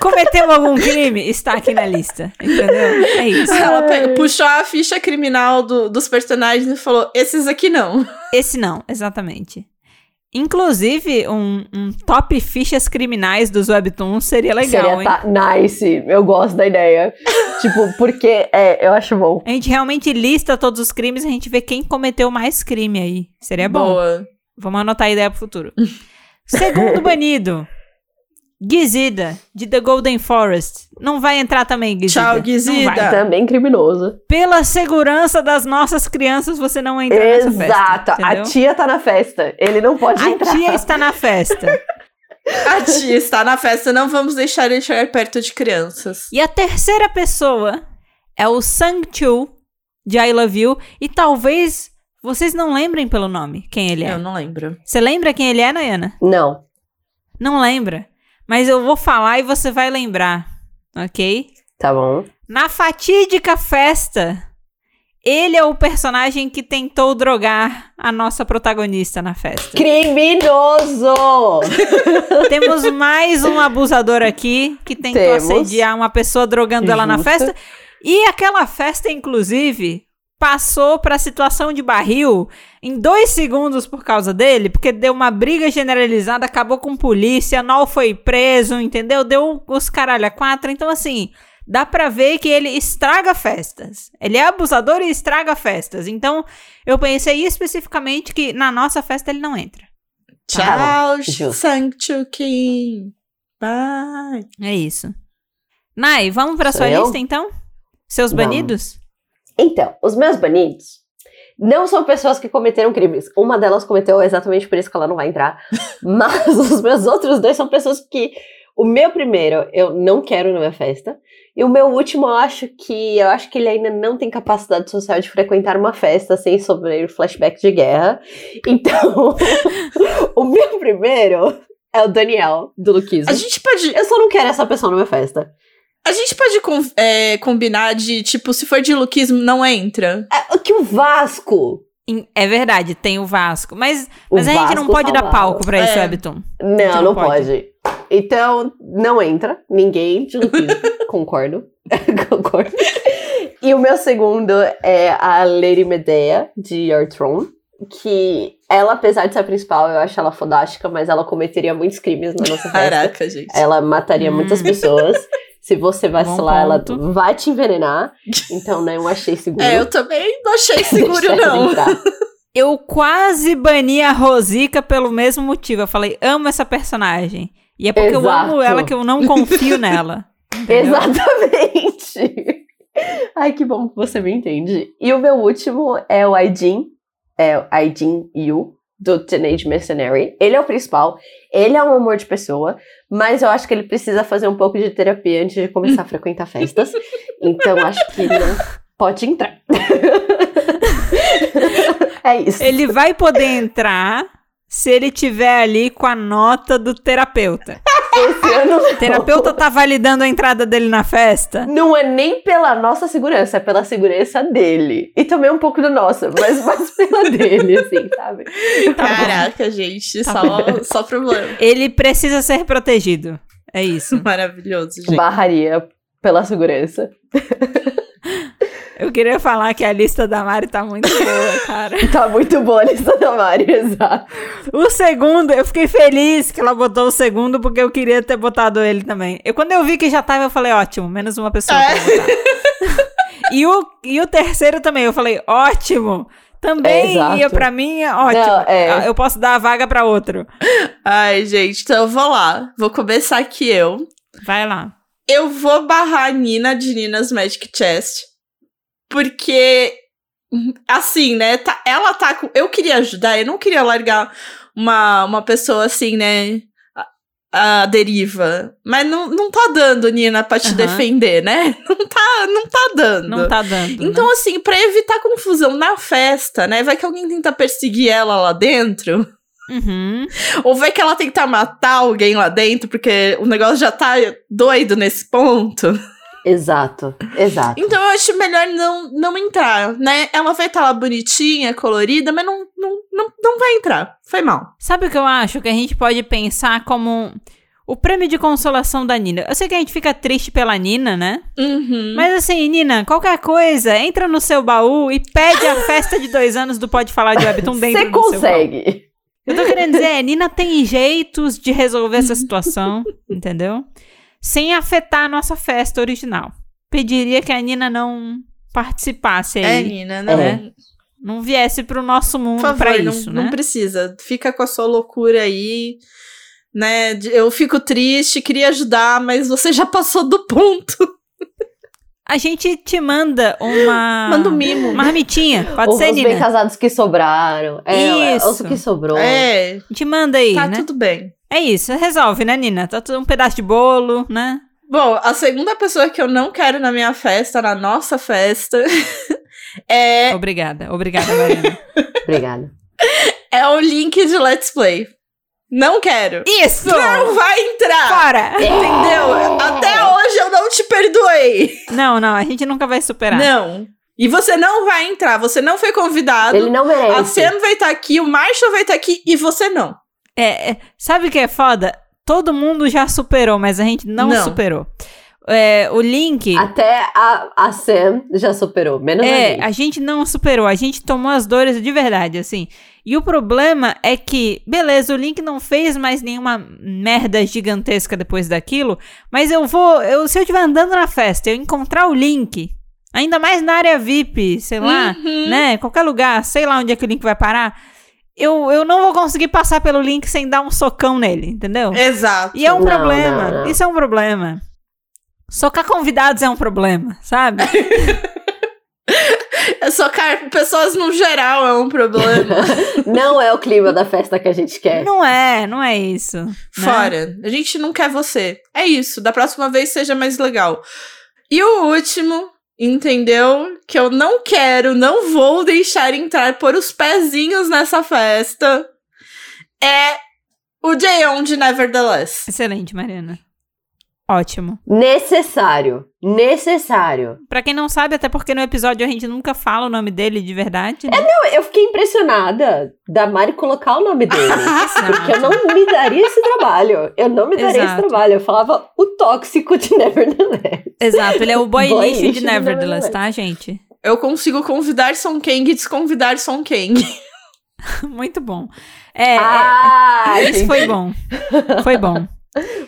Cometeu algum crime? Está aqui na lista. Entendeu? É isso. Ela pe- puxou a ficha criminal do- dos personagens e falou: esses aqui não. Esse não, exatamente. Inclusive, um, um top fichas criminais dos webtoons seria legal, Seria hein? ta- nice. Eu gosto [laughs] da ideia. tipo, porque é, eu acho bom. A gente realmente lista todos os crimes e a gente vê quem cometeu mais crime aí. Seria É bom. Boa. Vamos anotar a ideia pro futuro. Segundo banido. Gizida, de The Golden Forest. Não vai entrar também, Gizida. Tchau, Não vai. Gizida. Também criminoso. Pela segurança das nossas crianças, você não entra nessa festa. Exato. a entendeu? tia tá na festa. Ele não pode A entrar. tia está na festa. A tia está na festa, não vamos deixar ele chegar perto de crianças. E a terceira pessoa é o Sang Chu de I Love You. E talvez vocês não lembrem pelo nome quem ele Eu é. não lembro. Você lembra quem ele é, Nayana? Não. Não lembra. Mas eu vou falar e você vai lembrar, ok? Tá bom. Na fatídica festa, ele é o personagem que tentou drogar a nossa protagonista na festa. Criminoso! Temos mais um abusador aqui que tentou Temos. assediar uma pessoa drogando ela na Justo. festa. E aquela festa, inclusive, passou pra situação de barril em dois segundos por causa dele, porque deu uma briga generalizada, acabou com polícia, Nol foi preso, entendeu? Deu os caralho a quatro. Então, assim, dá pra ver que ele estraga festas. Ele é abusador e estraga festas. Então, eu pensei especificamente que na nossa festa ele não entra. Tá Tchau, justo. Sanctukin. Bye. É isso. Nai, vamos pra Sou sua eu? lista então? Seus Vamos. banidos? Então, os meus banidos não são pessoas que cometeram crimes. Uma delas cometeu exatamente por isso que ela não [laughs] vai entrar. Mas os meus outros dois são pessoas que. O meu primeiro eu não quero na minha festa. E o meu último eu acho que. Eu acho que ele ainda não tem capacidade social de frequentar uma festa sem sofrer flashback de guerra. Então, [laughs] o meu primeiro é o Daniel, do Luquizo. A gente pode, Eu só não quero essa pessoa na minha festa. a gente pode com- é, combinar de, tipo, se for de luquismo, não entra. É, Que o Vasco. Em- É verdade, tem o tá Vasco. Mas, o mas a gente não Vasco pode dar salvava. palco pra esse É. webtoon. Não, Não não, pode. pode. [laughs] Então, não entra ninguém de Luquinho. [laughs] Concordo. Concordo. E o meu segundo é a Lady Medea, de Your Throne. Que ela, apesar de ser a principal, eu acho ela fodástica, mas ela cometeria muitos crimes [laughs] na nossa festa. Caraca, gente. Ela mataria Hum. muitas pessoas. Se você vacilar, ela ponto. vai te envenenar. Então, não achei seguro. É, eu também não achei Deixa seguro, ela não. entrar. Eu quase bani a Rosica pelo mesmo motivo. Eu falei, amo essa personagem. E é porque eu Exato. amo ela que eu não confio nela. Entendeu? Exatamente! [laughs] Ai, que bom que você me entende. E o meu último é o Aijin, é o Aijin Yu, do Teenage Mercenary. Ele é o principal, ele é um amor de pessoa, mas eu acho que ele precisa fazer um pouco de terapia antes de começar [laughs] a frequentar festas. Então acho que ele não pode entrar. [laughs] é [laughs] isso. Ele vai poder entrar se ele tiver ali com a nota do terapeuta. Esse ano O [laughs] terapeuta tá validando a entrada dele na festa? Não é nem pela nossa segurança, é pela segurança dele. E também um pouco da nossa, mas [laughs] mais pela dele, assim, sabe? Caraca, gente, Tá só, só problema. Ele precisa ser protegido. É isso. Maravilhoso, gente. Barraria pela segurança. Eu queria falar que a lista da Mari tá muito boa, cara. Tá muito boa a lista da Mari, [laughs] exato. O segundo, eu fiquei feliz que ela botou o segundo, porque eu queria ter botado ele também. Eu, quando eu vi que já tava, eu falei, ótimo, menos uma pessoa pra É. botar. e, o, e o terceiro também, eu falei, ótimo. É, Também exato. ia pra mim, é ótimo. Não, é. Ah, Eu posso dar a vaga pra outro. Ai, gente, então eu vou lá. Vou começar aqui eu. Vai lá. Eu vou barrar a Nina de Nina's Magic Chest. Porque, assim, né? tá- ela tá com. Eu queria ajudar, eu não queria largar uma, uma pessoa assim, né? A, a deriva. Mas não, não tá dando, Nina, pra te Aham. defender, né? [laughs] Não tá, não tá dando. Não tá dando. né? Então, assim, pra evitar confusão na festa, né? Vai que alguém tenta perseguir ela lá dentro. [laughs] Uhum. Ou vai que ela tenta matar alguém lá dentro, porque o negócio já tá doido nesse ponto. Exato, exato. Então eu acho melhor não, não entrar, né? Ela vai estar lá bonitinha, colorida, mas não, não, não, não vai entrar. Foi mal. Sabe o que eu acho? Que a gente pode pensar como o prêmio de consolação da Nina. Eu sei que a gente fica triste pela Nina, né? Uhum. Mas assim, Nina, qualquer coisa, entra no seu baú e pede a festa de dois anos do Pode Falar de Webtoon dentro Você do seu baú. consegue. Eu tô querendo dizer, é, Nina tem jeitos de resolver essa situação, [laughs] entendeu? Sem afetar a nossa festa original. Pediria que a Nina não participasse aí, É, Nina, não. É. não viesse pro nosso Por mundo pra favor, não, isso, não né? precisa. Fica com a sua loucura aí. Né? De- Eu fico triste, queria ajudar, mas você já passou do ponto. [laughs] A gente te manda uma [laughs] Manda um mimo. marmitinha, pode Os, ser, os bem Nina? casados que sobraram. É, Isso. Os que sobrou. É, Te manda aí, tá né? tudo bem. É isso, resolve, né, Nina? Tá tudo um pedaço de bolo, né? Bom, a segunda pessoa que eu não quero na minha festa, na nossa festa, [laughs] é, Obrigada, obrigada, Mariana. Obrigada. é o link de Let's Play. Não quero. Isso! Não vai entrar! Fora! Entendeu? Até hoje eu não te perdoei. Não, não, a gente nunca vai superar. Não. E você não vai entrar, você não foi convidado. Ele não A merece. Sam vai estar aqui, o Marshall vai estar aqui e você não. É, é, sabe o que é foda? Todo mundo já superou, mas a gente não, Não. superou. É, o link. Até a, a Sam já superou. Menos É, a gente. a gente não superou, a gente tomou as dores de verdade, assim. E o problema é que, beleza, o Link não fez mais nenhuma merda gigantesca depois daquilo, mas eu vou, eu, se eu estiver andando na festa, eu encontrar o Link, ainda mais na área VIP, sei lá, Uhum. né, qualquer lugar, sei lá onde é que o Link vai parar, eu, eu não vou conseguir passar pelo Link sem dar um socão nele, entendeu? Exato. E é um Não, problema. não, não. Isso é um problema. Socar convidados é um problema, sabe? [laughs] Socar É pessoas no geral é um [laughs] problema. Não é o clima da festa que a gente quer. Não é, não é isso. Fora. A gente não quer você. É isso. Da próxima vez seja mais legal. E o último, entendeu? Que eu não quero, não vou deixar entrar por os pezinhos nessa festa. É o Jayon de Nevertheless. Excelente, Mariana. Ótimo. Necessário. necessário. Pra quem não sabe, até porque no episódio a gente nunca fala o nome dele de verdade. né? É, Não, eu fiquei impressionada da Mari colocar o [laughs] nome dele. Porque eu Exato. não me daria esse trabalho. Eu não me daria esse Exato. trabalho. Eu falava o tóxico de Neverland. Exato, ele é o boy Boy lixo de lixo né, de Nevertheless, Nevertheless. tá, gente? [laughs] Eu consigo convidar Son Kang e desconvidar Son Kang. Muito bom. É, ah, é, isso gente. foi bom. Foi bom.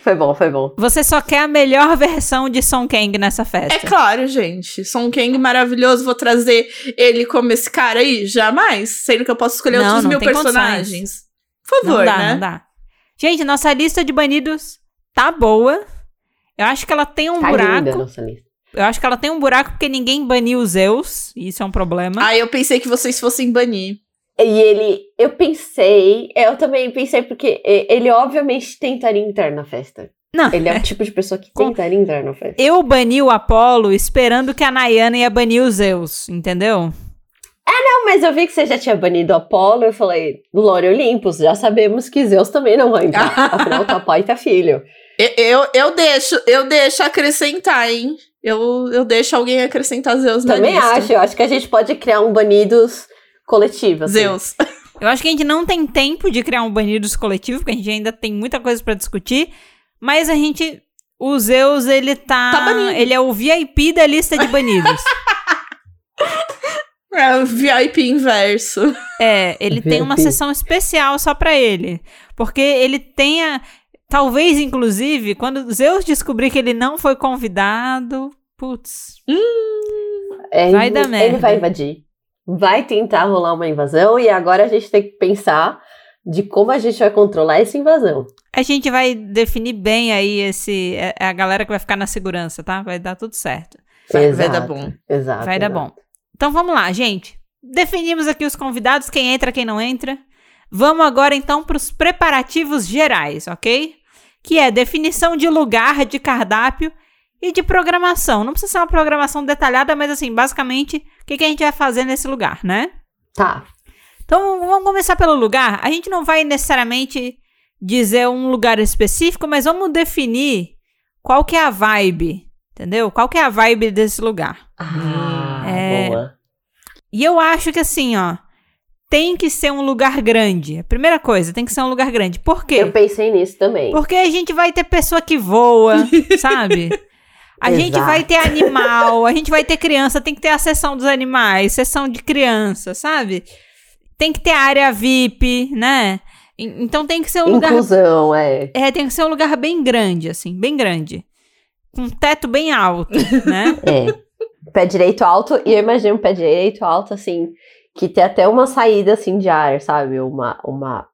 Foi bom, foi bom. Você só quer a melhor versão de Song Kang nessa É festa. claro, gente. Son Kang maravilhoso, vou trazer ele como esse cara aí? Jamais. Sendo que eu posso escolher Não, outros não mil tem condições. personagens. Por não favor, dá, né? não dá. Gente, nossa lista de banidos tá boa. Eu acho que ela tem um Tá buraco. linda a nossa lista. Eu acho que ela tem um buraco porque ninguém baniu os Zeus. E isso é um Ah, problema. Aí eu pensei que vocês fossem banir. E ele, eu pensei, eu também pensei, porque e- ele obviamente tentaria entrar na festa. Não. [laughs] Ele é o tipo de pessoa que Com- tentaria entrar na festa. Eu bani o Apolo esperando que a Nayana ia banir os Zeus, entendeu? Não, mas eu vi que você já tinha banido Apolo, eu falei, Lore Olympus, já sabemos que Zeus também não vai entrar. [laughs] Afinal, tá pai e tá filho. Eu, eu, eu deixo, eu deixo acrescentar, hein? Eu, eu deixo alguém acrescentar Zeus Também na lista. acho, eu acho que a gente pode criar um banidos coletivo. assim. Zeus. Eu acho que a gente não tem tempo de criar um banidos coletivo, porque a gente ainda tem muita coisa pra discutir. Mas a gente. O Zeus, ele tá. Tá banido. ele é o VIP da lista de banidos. É o VIP inverso. É, ele tem uma VIP. sessão especial só pra ele. Porque ele tenha. Talvez, inclusive, quando Zeus descobrir que ele não foi convidado. Putz. É, Vai dar ele, merda. Ele vai invadir. Vai tentar rolar uma invasão e agora a gente tem que pensar de como a gente vai controlar essa invasão. A gente vai definir bem aí esse. É é a galera que vai ficar na segurança, tá? Vai dar tudo certo. Vai, vai Exato, dar bom. Exato. vai dar exato. bom. Então vamos lá, gente. Definimos aqui os convidados, quem entra, quem não entra. Vamos agora então para os preparativos gerais, ok? Que é definição de lugar, de cardápio e de programação. Não precisa ser uma programação detalhada, mas assim, basicamente, o que, que a gente vai fazer nesse lugar, né? Tá. Então vamos começar pelo lugar. A gente não vai necessariamente dizer um lugar específico, mas vamos definir qual que é a vibe, entendeu? Qual que é a vibe desse lugar. Ah, É. boa. E eu acho que assim, ó, tem que ser um lugar grande. A primeira coisa, tem que ser um lugar grande. Por Eu quê? pensei nisso também. Porque a gente vai ter pessoa que voa, [laughs] sabe? A gente vai ter animal, a gente vai ter criança, tem que ter a sessão dos animais, sessão de criança, sabe? Tem que ter área VIP, né? En- Então tem que ser um lugar Inclusão, é. é, tem que ser um lugar bem grande assim, bem grande. Com um teto bem alto, [laughs] né? [laughs] É. pé direito alto, e eu imagino um pé direito alto, assim, que tem até uma saída, assim, de ar, sabe? Uma, uma,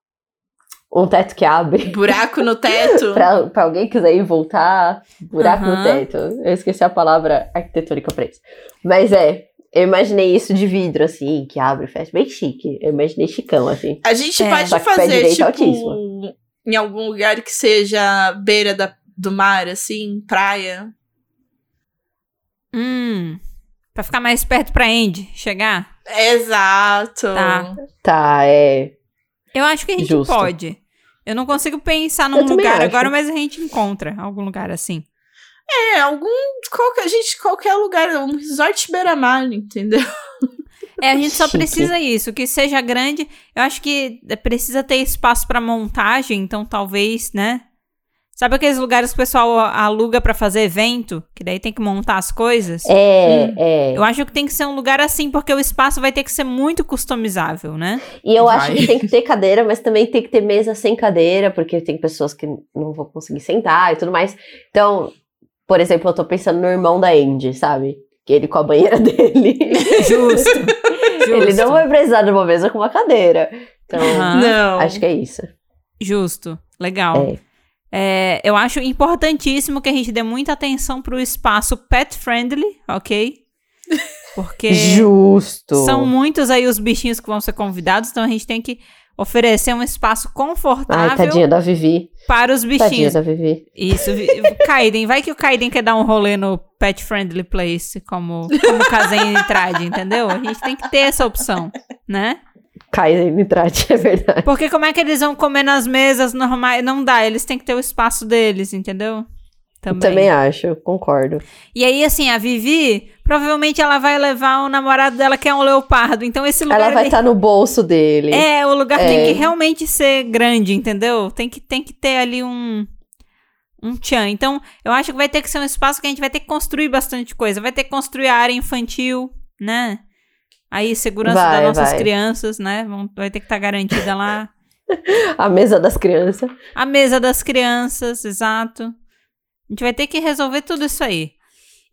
um teto que abre Buraco no teto. pra, pra alguém quiser ir voltar, buraco Aham. no teto. Eu esqueci a palavra arquitetônica pra isso. Mas é, eu imaginei isso de vidro, assim, que abre e fecha. Bem chique. Eu imaginei chicão, assim. A gente É. pode Só que pé fazer, direito tipo, é altíssimo. em algum lugar que seja beira da- do mar, assim, praia. Hum. Pra ficar mais perto pra Andy chegar. Exato. Tá. Tá, é. Eu acho que a gente Justo. pode. Eu não consigo pensar num Eu também lugar acho. agora, mas a gente encontra algum lugar assim. É, algum. Qualquer, gente, qualquer lugar, um resort beira-mar, entendeu? É, a gente só Chique. precisa isso, que seja grande. Eu acho que precisa ter espaço pra montagem, então talvez, né? Sabe aqueles lugares que o pessoal aluga pra fazer evento, que daí tem que montar as coisas? É, Hum. é. Eu acho que tem que ser um lugar assim, porque o espaço vai ter que ser muito customizável, né? E eu Vai. acho que tem que ter cadeira, mas também tem que ter mesa sem cadeira, porque tem pessoas que não vão conseguir sentar e tudo mais. Então, por exemplo, eu tô pensando no irmão da Andy, sabe? Que ele com a banheira [laughs] dele. Justo. Ele não vai precisar de uma mesa com uma cadeira. Então, Aham. Ah, Não. acho que é isso. Justo. Legal. É. É, eu acho importantíssimo que a gente dê muita atenção pro espaço pet friendly, ok? [laughs] Porque Justo. são muitos aí os bichinhos que vão ser convidados, então a gente tem que oferecer um espaço Ai, confortável tadinha da Vivi. para os Tadinha bichinhos. da Vivi. Isso, vi- Kaiden, vai que o Kaiden quer dar um rolê no pet friendly place, como como Kazen e Trade, entendeu? A gente tem que ter essa opção, né? Kaisen Nitrate, [laughs] é verdade. Porque como é que eles vão comer nas mesas normais? Não dá, eles têm que ter o espaço deles, entendeu? Também. Também acho, concordo. E aí, assim, a Vivi, provavelmente ela vai levar o namorado dela, que é um leopardo. Então, esse lugar. Ela vai ele- estar no bolso dele. É, o lugar É. tem que realmente ser grande, entendeu? Tem que, tem que ter ali um. Um tchan. Então, eu acho que vai ter que ser um espaço que a gente vai ter que construir bastante coisa. Vai ter que construir a área infantil, né? Aí, segurança Vai, das nossas vai. crianças, né? Vão- Vai ter que estar garantida lá. A mesa das crianças. A mesa das crianças, exato. A gente vai ter que resolver tudo isso aí.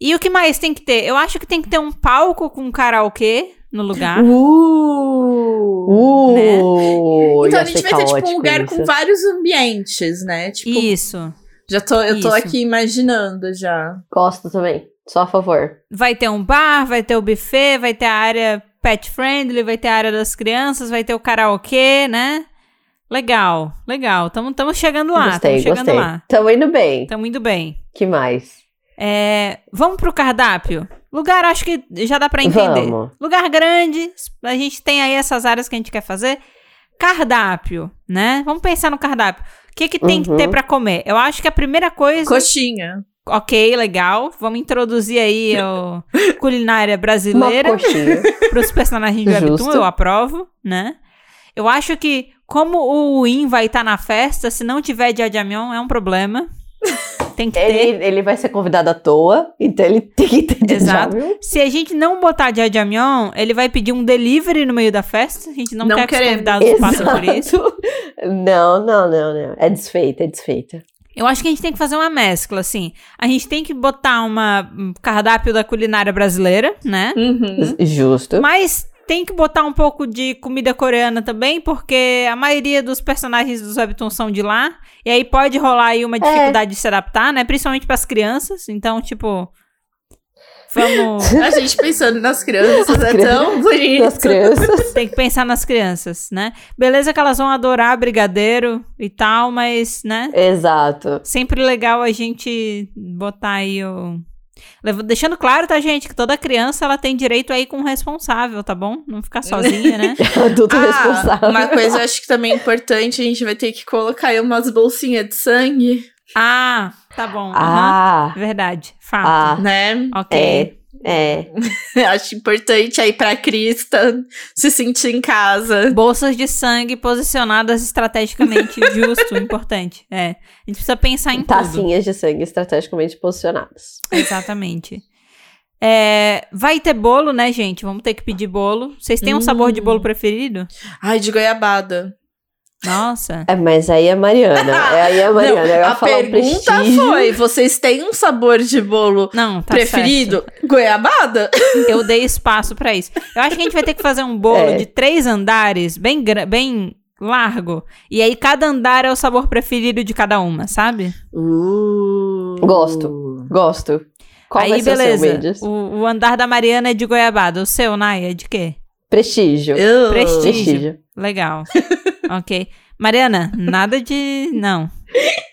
E o que mais tem que ter? Eu acho que tem que ter um palco com karaokê no lugar. Uh! Uh, Então ia a gente ser vai ter tipo um caótico lugar isso. com vários ambientes, né? Tipo, Isso. já tô, eu tô isso. aqui imaginando já. Gosto também. Só a favor. Vai ter um bar, vai ter o buffet, vai ter a área pet friendly, vai ter a área das crianças, vai ter o karaokê, né? Legal, legal. Estamos chegando lá. gostei, Estamos chegando gostei. lá. Tamo indo bem. Estamos indo bem. Que mais? É, vamos pro cardápio? Lugar, acho que já dá pra entender. Vamos. Lugar grande, a gente tem aí essas áreas que a gente quer fazer. Cardápio, né? Vamos pensar no cardápio. O que, que tem que Uhum. ter pra comer? Eu acho que a primeira coisa. Coxinha. Ok, legal. Vamos introduzir aí o [laughs] culinária Uma brasileira coxinha. para os personagens de Webtoon, Justo. eu aprovo, né? Eu acho que, como o Win vai estar na festa, se não tiver de Adiamion, é um [laughs] problema. Tem que ter. ele, ele vai ser convidado à toa, então ele tem que entender. Exato. já, viu? Se a gente não botar de Adiamion, ele vai pedir um delivery no meio da festa. A gente não, Não quer que os queremos. convidados passem por isso. Exato. Não, não, não, não. É desfeita, é desfeita. Eu acho que a gente tem que fazer uma mescla, assim. A gente tem que botar uma um cardápio da culinária brasileira, né? Uhum. Justo. Mas tem que botar um pouco de comida coreana também, porque a maioria dos personagens dos webtoons são de lá. E aí pode rolar aí uma dificuldade de se adaptar, né? Principalmente pras crianças. Então, tipo, [laughs] vamos A gente pensando nas crianças, é tão bonito. Das crianças. tem que pensar nas crianças, né? Beleza que elas vão adorar brigadeiro e tal, mas, né? Exato. [laughs] Sempre legal a gente botar aí o. Leva- Deixando claro, tá, gente, que toda criança ela tem direito aí com um responsável, tá bom? Não ficar sozinha, né? [laughs] Adulto Ah, responsável. uma coisa eu acho que também é importante, a gente vai ter que colocar aí umas bolsinhas de sangue, Ah, tá bom. aham. Ah, Verdade. Fato. né? [laughs] ok. é. Acho importante aí pra Crista se sentir em casa. Bolsas de sangue posicionadas estrategicamente [laughs] justo, importante. É. A gente precisa pensar em tudo. Tacinhas de sangue estrategicamente posicionadas. Exatamente. É, vai ter bolo, né, gente? Vamos ter que pedir bolo. Vocês têm um Hum. sabor de bolo preferido? Ai, de goiabada. Nossa. É, mas aí [laughs] é Mariana. É aí é Mariana. eu ia a falar um pergunta prestígio. foi: vocês têm um sabor de bolo Não, tá certo. preferido? Goiabada? Eu dei espaço pra isso. Eu acho que a gente vai ter que fazer um bolo É. de três andares, bem, gra- bem largo. E aí cada andar é o sabor preferido de cada uma, sabe? Uh. Gosto. Gosto. Qual aí vai ser o beleza. seu, Mendes? o, o andar da Mariana é de goiabada. O seu, Naya, é de quê? Prestígio. Eu... Prestígio. Prestígio. [laughs] Legal. ok. Mariana, nada de. Não.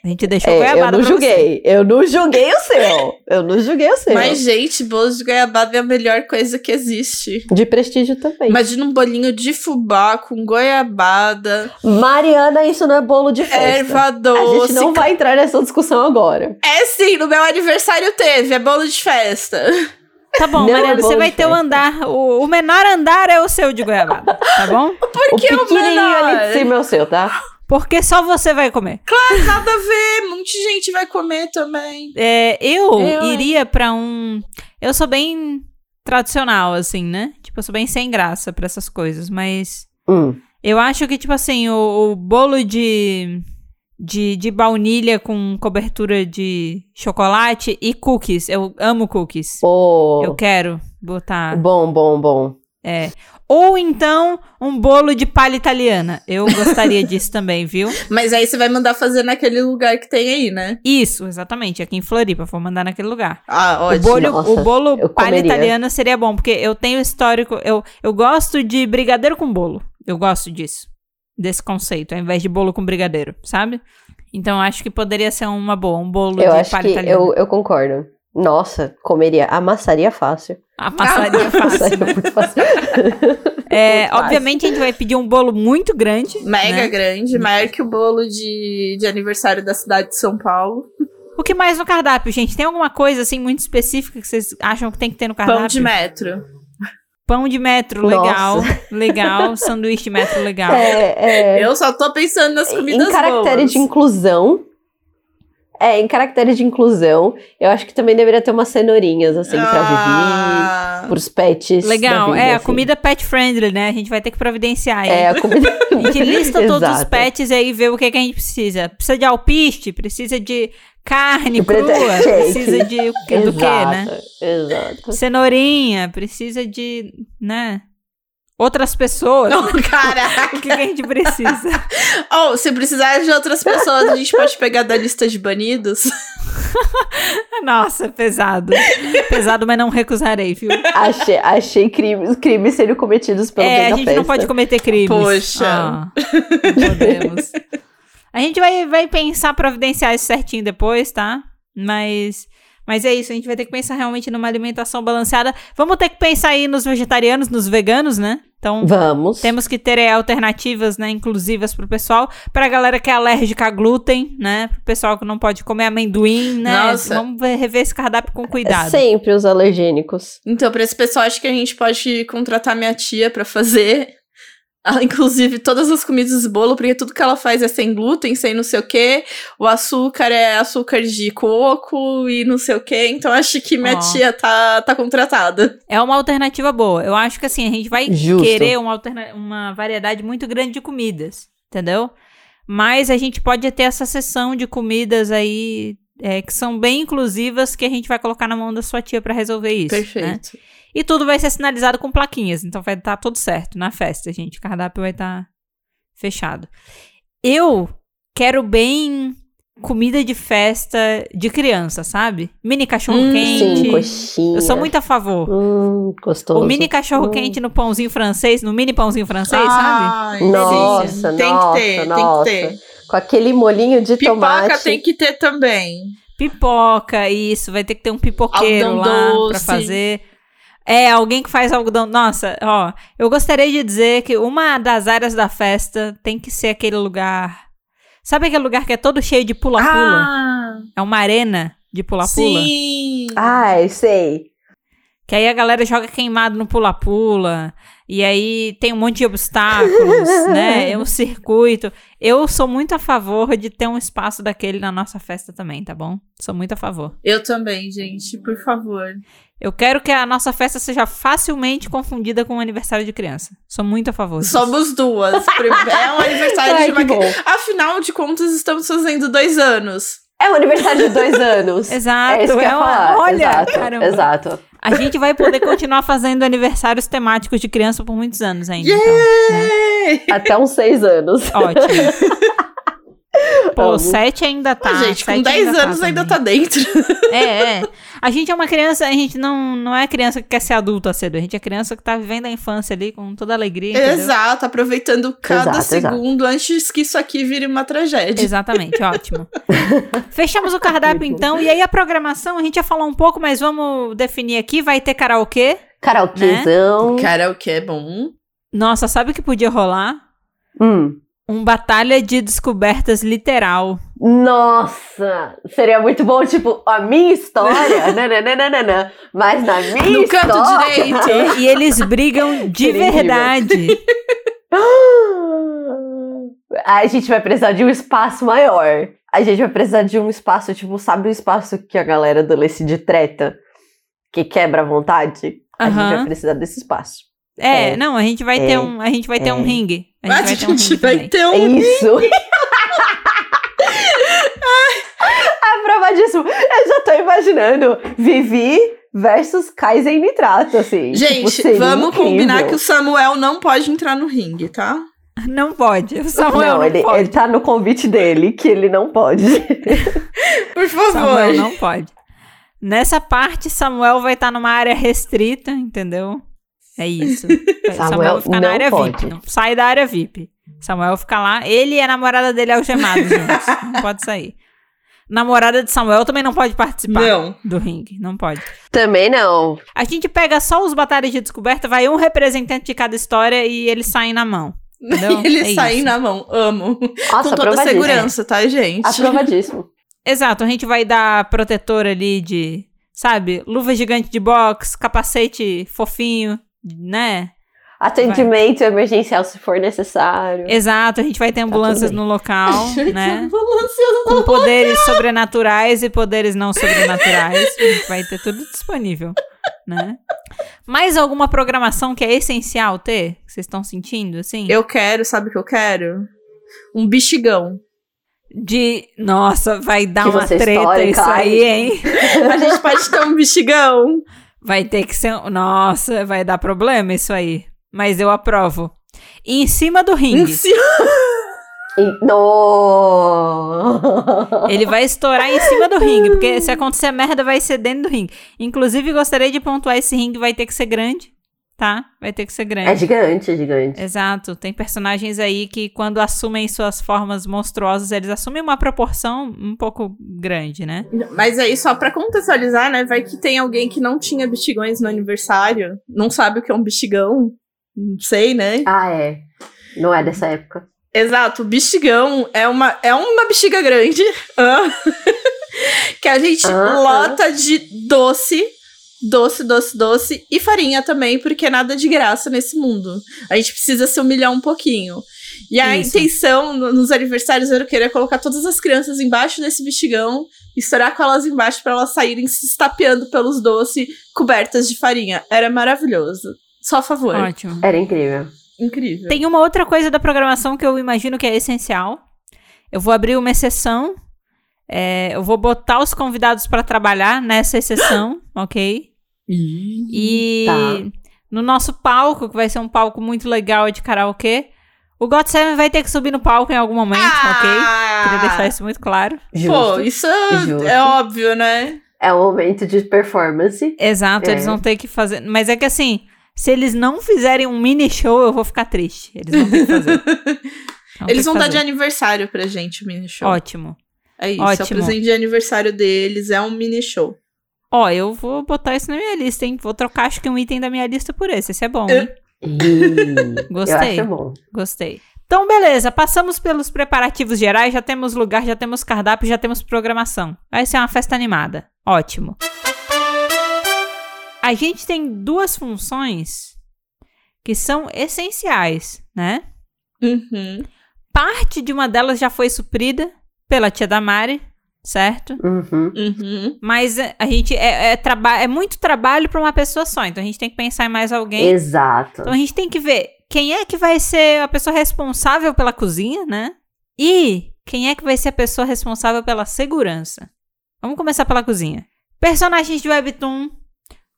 A gente deixou É, eu goiabada. pra não você. julguei. Eu não julguei o seu. Eu não julguei o seu. Mas, gente, bolo de goiabada é a melhor coisa que existe. De prestígio também. Imagina um bolinho de fubá com goiabada, Mariana, isso não é bolo de festa. erva A gente doce. não vai entrar nessa discussão agora. É sim, no meu aniversário teve, é bolo de festa. Tá bom, Não é Mariana, você bolo vai de ter o festa. andar. O, o menor andar é o seu de goiabada, tá bom? o que é o pequenininho ali menor? de cima é o seu, tá? Porque só você vai comer. Nada a ver, um monte de gente vai comer também. É, eu, Eu, hein? iria pra um. Eu sou bem tradicional, assim, né? Tipo, eu sou bem sem graça pra essas coisas, mas Hum. eu acho que, tipo assim, o, o bolo de, de. de baunilha com cobertura de chocolate e cookies. Eu amo cookies. Pô. Eu quero botar. Bom, bom, bom. É. Ou então um bolo de palha italiana. Eu gostaria disso também, viu? Mas aí você vai mandar fazer naquele lugar que tem aí, né? Isso, exatamente. Aqui em Floripa, vou mandar naquele lugar. Ah, O ótimo. bolo, Nossa, o bolo eu palha comeria. italiana seria bom, porque eu tenho histórico. Eu, eu gosto de brigadeiro com bolo. Eu gosto disso. Desse conceito, ao invés de bolo com brigadeiro, sabe? Então acho que poderia ser uma boa, um bolo Eu de acho palha que italiana. eu, eu concordo. Nossa, comeria. Amassaria fácil. A Ah, passaria Amassaria [laughs] fácil. né? muito [laughs] fácil. É, Muito fácil. obviamente a gente vai pedir um bolo muito grande. Mega né? grande, maior que o bolo de, de aniversário da cidade de São Paulo. O que mais no cardápio, gente? Tem alguma coisa assim muito específica que vocês acham que tem que ter no cardápio? Pão de metro. Pão de metro, Nossa. legal. [laughs] Legal. Sanduíche de metro, legal. É, é, Eu só tô pensando nas Um comidas em tá caractere boas. de inclusão. É, em caractere de inclusão, eu acho que também deveria ter umas cenourinhas, assim, pra Ah. [laughs] Vivi, pros pets. da Legal. vida, é, a assim. comida pet friendly, né? A gente vai ter que providenciar aí. [laughs] É, a comida. A gente lista todos os Exato. pets e aí vê o que, que a gente precisa. Precisa de alpiste, precisa de carne Precisa de crua, shake. precisa de o que- do que, né? Exato, Exato. Cenourinha, precisa de, né? Outras pessoas. Não, cara. O que, que a gente [laughs] precisa? Oh, se precisar de outras pessoas, a gente pode pegar da lista de banidos. Nossa, pesado. Pesado, mas não recusarei, viu? Achei, achei crimes, crimes sendo cometidos é, pelo bem a da gente festa. não pode cometer crimes. Poxa. Ah, não podemos. A gente vai, vai pensar providenciar isso certinho depois, tá? Mas, mas é isso, a gente vai ter que pensar realmente numa alimentação balanceada. Vamos ter que pensar aí nos vegetarianos, nos veganos, né? Então, Vamos. temos que ter é, alternativas, né, inclusivas pro pessoal. Pra galera que é alérgica a glúten, né? Pro pessoal que não pode comer amendoim, né? Nossa. Vamos ver- rever esse cardápio com cuidado. Sempre os alergênicos. Então, pra esse pessoal, acho que a gente pode contratar minha tia pra fazer. [laughs] Ah, Inclusive, todas as comidas de bolo, porque tudo que ela faz é sem glúten, sem não sei o quê. O açúcar é açúcar de coco e não sei o quê. Então, acho que minha Ó. tia tá, tá contratada. É uma alternativa boa. Eu acho que assim, a gente vai Justo. querer uma, alterna- uma variedade muito grande de comidas, entendeu? Mas a gente pode ter essa sessão de comidas aí é, que são bem inclusivas que a gente vai colocar na mão da sua tia pra resolver isso. né? Perfeito. E tudo vai ser sinalizado com plaquinhas, então vai estar tudo certo na festa, gente. O cardápio vai estar fechado. Eu quero bem comida de festa de criança, sabe? Mini cachorro Hum, Sim, quente. coxinha. Eu sou muito a favor. Hum, gostoso. O mini cachorro Hum. quente no pãozinho francês, no mini pãozinho francês, Ah. sabe? Ai, delícia. Nossa, tem nossa, que ter, nossa. tem que ter. Com aquele molinho de Pipoca tomate. tem que ter também. Pipoca, isso, vai ter que ter um pipoqueiro Algodão lá pra doce. fazer. É, alguém que faz algodão. Nossa, ó, eu gostaria de dizer que uma das áreas da festa tem que ser aquele lugar. Sabe aquele lugar que é todo cheio de pula-pula? Ah, É uma arena de pula-pula. sim. Ah. Ai, sei. Que aí a galera joga queimado no pula-pula. E aí tem um monte de [laughs] obstáculos, né? É um circuito. Eu sou muito a favor de ter um espaço daquele na nossa festa também, tá bom? Sou muito a favor. Eu também, gente, por favor. Eu quero que a nossa festa seja facilmente confundida com o aniversário de criança. Sou muito a favor. disso. Somos [laughs] duas. Prime- É um Tá aniversário Ai, de que uma bom. Afinal de contas, estamos fazendo dois anos. É um [laughs] aniversário de dois anos. Exato. É isso que eu é ia uma- falar. Olha, exato, caramba. exato. A gente vai poder continuar fazendo aniversários temáticos de criança por muitos anos ainda. então, né? Até uns seis anos. Ótimo. [laughs] Pô, Amo. sete ainda tá. Pô, Ah, gente, com sete 10 ainda tá anos ainda também. tá [laughs] dentro. É, é. A gente é uma criança, a gente não, não é criança que quer ser adulta cedo, a gente é criança que tá vivendo a infância ali com toda a alegria. entendeu? Exato, aproveitando cada Exato, exato. segundo antes que isso aqui vire uma tragédia. Exatamente, [laughs] ótimo. Fechamos o cardápio então, e aí a programação a gente ia falar um pouco, mas vamos definir aqui, vai ter karaokê. Karaokezão. Cara, o que é bom? Nossa, sabe o que podia rolar? Hum. Um batalha de descobertas literal. Nossa, seria muito bom, tipo, a [laughs] minha história, nananana, mas na minha No canto história... direito. E, e [laughs] eles brigam de Seria incrível. verdade. Ah! A gente vai precisar de um espaço maior. A gente vai precisar de um espaço, tipo, sabe o espaço que a galera do Leci de treta, que quebra a vontade? A gente Aham. vai precisar desse espaço. É, É, não, a gente vai é, ter um, a gente vai ter um é. ringue. [laughs] A A gente vai ter um ringue também. ter É um. [laughs] isso. [laughs] a prova disso, É eu já tô imaginando Vivi versus Kaizen Nitrato, assim. tipo, Gente, seria vamos incrível. combinar que o Samuel não pode entrar no ringue, tá? Não pode. O é Samuel Não, não ele, pode. ele tá no convite dele, que ele não pode. [laughs] Por [laughs] favor. Samuel [laughs] não pode. Nessa parte, Samuel vai estar numa área restrita, entendeu? É isso. Samuel vai ficar na não área pode. VIP. Não sai da área VIP. Samuel fica lá. Ele e a namorada dele algemados juntos. Não pode sair. Namorada de Samuel também não pode participar Não. do ringue. Não pode. Também não. A gente pega só os batalhas de descoberta, vai um representante de cada história e eles saem na mão. Entendeu? Ele É sair isso. na mão. Amo. Nossa, Com toda aprovadíssimo. [laughs] segurança, tá, gente? [laughs] Aprovadíssimo. Exato, a gente vai dar protetor ali de, sabe, luva gigante de boxe, capacete fofinho, né? Atendimento emergencial se for necessário. Exato, a gente vai ter ambulâncias Tá tudo no tá [laughs] local, né? Ambulância. Com poderes sobrenaturais e poderes não sobrenaturais. A gente vai ter tudo disponível, né? Mais alguma programação que é essencial ter? Que vocês estão sentindo, assim? Eu quero, sabe o que eu quero? Um bexigão. De. Nossa, vai dar Que uma você treta estoure, isso cai. aí, hein? A gente pode ter um bexigão. Vai ter que ser. um- Nossa, vai dar problema isso aí. Mas eu aprovo. E em cima do Em ringue. cima- E- No! Ele vai estourar em cima do ringue, porque se acontecer merda, vai ser dentro do ringue. Inclusive, gostaria de pontuar: esse ringue vai ter que ser grande, tá? Vai ter que ser grande. É gigante, é gigante. Exato. Tem personagens aí que, quando assumem suas formas monstruosas, eles assumem uma proporção um pouco grande, né? Mas aí, só pra contextualizar, né? Vai que tem alguém que não tinha bexigões no aniversário, não sabe o que é um bexigão. Não sei, né? Ah, é. Não é dessa época. Exato, o bexigão é uma, é uma bexiga grande ah, [laughs] que a gente Ah, lota de doce, doce, doce, doce e farinha também, porque nada é de graça nesse mundo. A gente precisa se humilhar um pouquinho. E a Isso. intenção no- nos aniversários era querer colocar todas as crianças embaixo desse bexigão, estourar com elas embaixo para elas saírem se estapeando pelos doces cobertas de farinha. Era maravilhoso. Só a favor. Ótimo. Era incrível. Incrível. Tem uma outra coisa da programação que eu imagino que é essencial. Eu vou abrir uma exceção. é, eu vou botar os convidados pra trabalhar nessa [gasps] exceção, ok? E Tá. no nosso palco, que vai ser um palco muito legal de karaokê, o God Seven vai ter que subir no palco em algum momento, ok? Queria deixar isso muito claro. Pô, Justo. isso é- Justo. é óbvio, né? É um momento de [laughs] performance. Exato, É. eles vão ter que fazer. Mas é que assim, se eles não fizerem um mini show, eu vou ficar triste. Eles vão ter que [laughs] fazer. ter Eles que vão dar de fazer. aniversário pra gente o mini show. um Ótimo. é isso, é o ótimo. presente de aniversário deles, é um mini show. Ó, eu vou botar isso na minha lista, hein? Vou trocar, acho que um item da minha lista por esse. Esse é bom, hein? Ih, Gostei. Eu acho bom. Gostei. Então, beleza. Passamos pelos preparativos gerais. Já temos lugar, já temos cardápio, já temos programação. Vai ser uma festa animada. Ótimo. A gente tem duas funções que são essenciais, né? Uhum. Parte de uma delas já foi suprida pela tia da Mari, certo? Uhum. Uhum. Mas é, a gente é, é, traba- é muito trabalho pra uma pessoa só, então a gente tem que pensar em mais alguém. Exato. Então a gente tem que ver quem é que vai ser a pessoa responsável pela cozinha, né? E quem é que vai ser a pessoa responsável pela segurança. Vamos começar pela cozinha. Personagens de Webtoon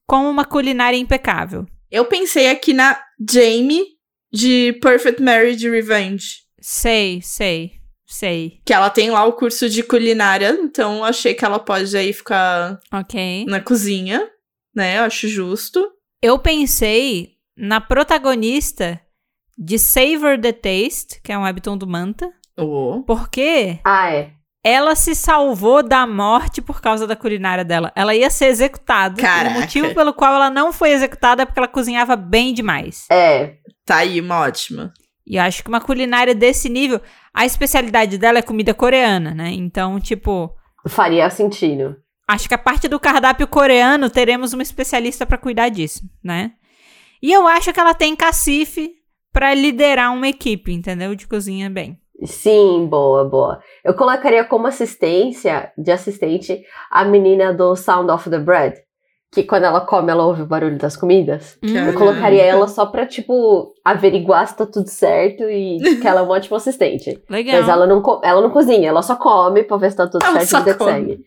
com uma culinária impecável. Eu pensei aqui na Jamie de Perfect Marriage Revenge. Sei, sei, sei. Que ela tem lá o curso de culinária, então achei que ela pode aí ficar Ok. na cozinha, né? Eu acho justo. Eu pensei na protagonista de Savor the Taste, que é um webtoon do Manta, Oh. porque Ah, é. Ela se salvou da morte por causa da culinária dela. Ela ia ser executada. E Caraca. o motivo pelo qual ela não foi executada é porque ela cozinhava bem demais. É. Tá aí, uma ótima. E eu acho que uma culinária desse nível, a especialidade dela é comida coreana, né? Então, tipo, Faria sentido. acho que a parte do cardápio coreano teremos uma especialista pra cuidar disso, né? E eu acho que ela tem cacife pra liderar uma equipe, entendeu? De cozinha bem. Sim, boa, boa. Eu colocaria como assistência, de assistente, a menina do Sound of the Bread. Que quando ela come, ela ouve o barulho das comidas. Eu Caraca. colocaria ela só pra, tipo, averiguar se tá tudo certo e que ela é um [laughs] ótimo assistente. Legal. Mas ela não, co- ela não cozinha, ela só come pra ver se tá tudo Ela certo só e vida que come. segue.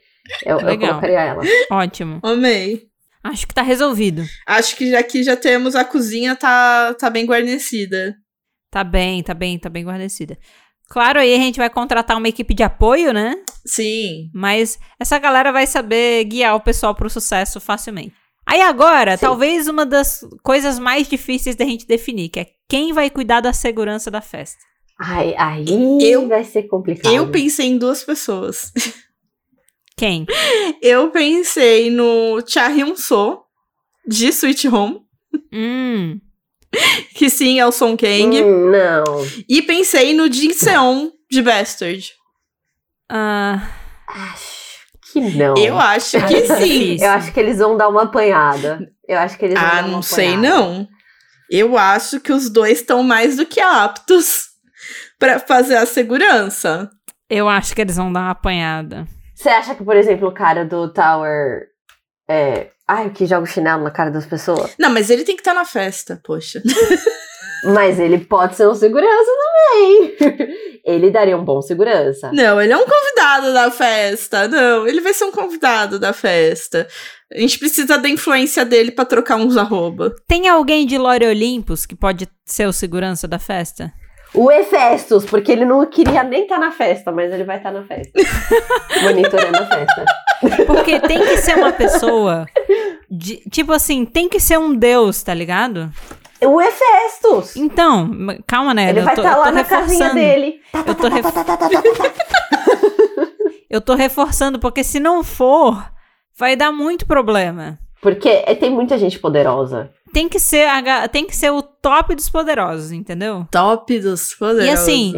Eu, eu Legal. colocaria ela. Ótimo. Amei. Acho que tá resolvido. Acho que aqui já temos a cozinha tá, tá bem guarnecida. Tá bem, tá bem, tá bem guarnecida. Claro, aí a gente vai contratar uma equipe de apoio, né? Sim. Mas essa galera vai saber guiar o pessoal pro sucesso facilmente. Aí agora, Sim. talvez uma das coisas mais difíceis da gente definir, que é quem vai cuidar da segurança da festa. Ai, aí Eu- vai ser complicado. Eu pensei em duas pessoas. Quem? Eu pensei no Cha Hyun So, de Sweet Home, hum, que sim é o Song Kang. Hum, não. E pensei no Jin Seon, de Bastard. ah, Acho que não. Eu acho que sim. difícil. Eu acho que eles vão dar uma apanhada. Eu acho que eles vão Ah, dar uma não sei apanhada. não. Eu acho que os dois estão mais do que aptos pra fazer a segurança. Eu acho que eles vão dar uma apanhada. Você acha que, por exemplo, o cara do Tower. É... Ai, que joga o chinelo na cara das pessoas. Não, mas ele tem que estar na festa, poxa. Tá. Mas ele pode ser um segurança também. [laughs] ele daria um bom segurança. Não, ele é um convidado da festa. Não, ele vai ser um convidado da festa. A gente precisa da influência dele pra trocar uns arroba. Tem alguém de Lore Olympus que pode ser o segurança da festa? O Hefestos, porque ele não queria nem estar na festa, mas ele vai estar [laughs] na festa. Monitorando a festa. Porque tem que ser uma pessoa. de- tipo assim, tem que ser um deus, tá ligado? O Hefestos! Então, m- calma, né? Ele eu vai tô- estar eu tô lá na casinha reforçando. dele. Tá, tá, Eu tô, tá, ref- [laughs] tá, tá, tá, tá, tá, tá. eu tô reforçando, porque se não for, vai dar muito problema. Porque é, tem muita gente poderosa. Tem que ser, a ga- tem que ser o top dos poderosos, entendeu? Top dos poderosos. E assim,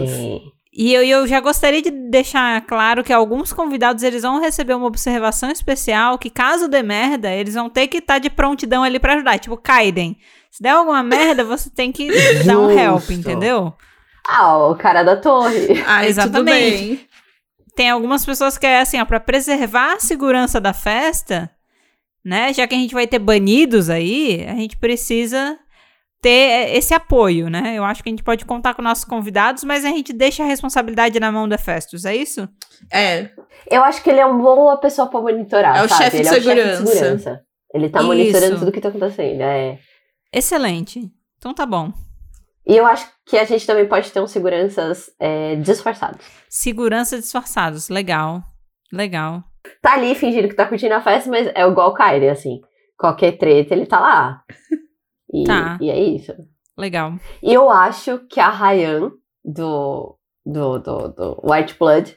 É. E eu, e eu já gostaria de deixar claro que alguns convidados eles vão receber uma observação especial que caso dê merda, eles vão ter que estar de prontidão ali pra ajudar, tipo Kaiden. Se der alguma merda, você tem que dar um help, Justo. entendeu? Ah, o cara da torre. Ai, tudo exatamente. bem. Tem algumas pessoas que é assim, ó, para preservar a segurança da festa, né? Já que a gente vai ter banidos aí, a gente precisa ter é, esse apoio, né? Eu acho que a gente pode contar com nossos convidados, mas a gente deixa a responsabilidade na mão da Festus, é isso? É, Eu acho que ele é uma boa pessoa pra monitorar. É o sabe? chefe de ele É o chefe de segurança. segurança. Ele tá Isso. monitorando tudo que tá acontecendo. É. Excelente. Então tá bom. E eu acho que a gente também pode ter uns seguranças é, disfarçados. Segurança disfarçados. Legal. Legal. Tá ali fingindo que tá curtindo a festa, mas é igual o Kyrie, assim. Qualquer treta, ele tá lá. E, Tá. e é isso. Legal. E eu acho que a Ryan, do, do, do, do White Blood,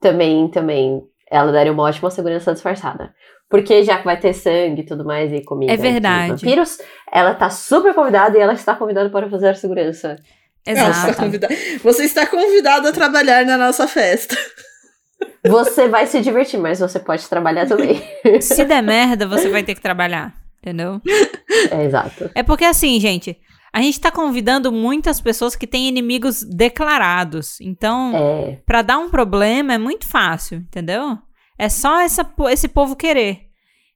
também, também, ela daria uma ótima segurança disfarçada. Porque já que vai ter sangue e tudo mais e comida. É de verdade. Vampiros, ela tá super convidada e ela está convidada para fazer a segurança. ela está Exato. tá convida- É, você está convidado a trabalhar na nossa festa. Você vai se divertir, mas você pode [laughs] trabalhar também. Se der merda, você vai ter que trabalhar. Entendeu? É, exato. É porque assim, gente, a gente tá convidando muitas pessoas que têm inimigos declarados. Então, É, pra dar um problema é muito fácil, entendeu? É só essa, po- esse povo querer.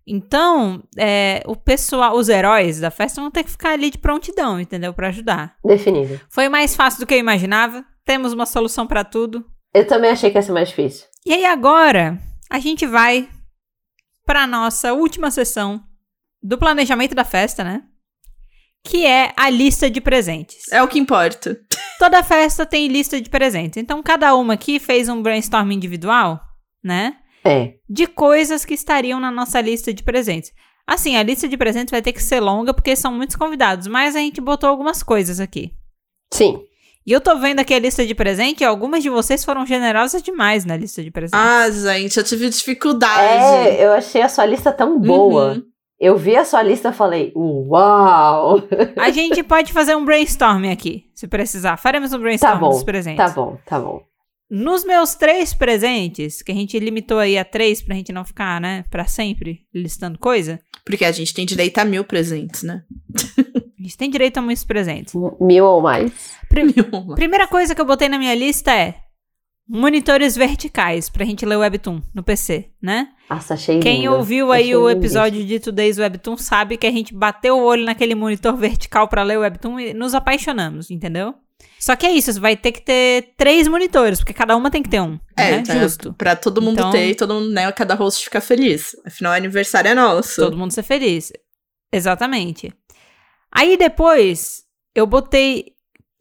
Então, é, o pessoal, os heróis da festa vão ter que ficar ali de prontidão, entendeu? Pra ajudar. definido. Foi mais fácil do que eu imaginava. Temos uma solução pra tudo. Eu também achei que ia ser mais difícil. E aí agora a gente vai para nossa última sessão do planejamento da festa, né? Que é a lista de presentes. É o que importa. Toda festa tem lista de presentes. Então cada uma aqui fez um brainstorm individual, né? É. De coisas que estariam na nossa lista de presentes. Assim, a lista de presentes vai ter que ser longa porque são muitos convidados, mas a gente botou algumas coisas aqui. Sim. E eu tô vendo aqui a lista de presente e algumas de vocês foram generosas demais na lista de presentes. Ah, gente, eu tive dificuldade. É, eu achei a sua lista tão boa. Uhum. Eu vi a sua lista e falei, uau! A gente pode fazer um brainstorm aqui, se precisar. Faremos um brainstorm Tá bom, dos presentes. Tá bom, tá bom. Nos meus três presentes, que a gente limitou aí a três pra gente não ficar, né, pra sempre listando coisa, Porque a gente tem direito a mil [laughs] presentes, né? a gente tem direito a muitos presentes. Mil ou mais. Mil. Primeira coisa que eu botei na minha lista é monitores verticais pra gente ler o webtoon no PC, né? Nossa, achei Quem lindo. ouviu aí Achei o lindo. episódio de Today's Webtoon sabe que a gente bateu o olho naquele monitor [laughs] vertical pra ler o Webtoon e nos apaixonamos, entendeu? Só que é isso, você vai ter que ter três monitores, porque cada uma tem que ter um. É, né? tá. justo. Pra todo mundo Então- ter e todo mundo, né? Cada host ficar feliz. Afinal, o aniversário é nosso. Todo mundo ser feliz. Exatamente. Aí depois, eu botei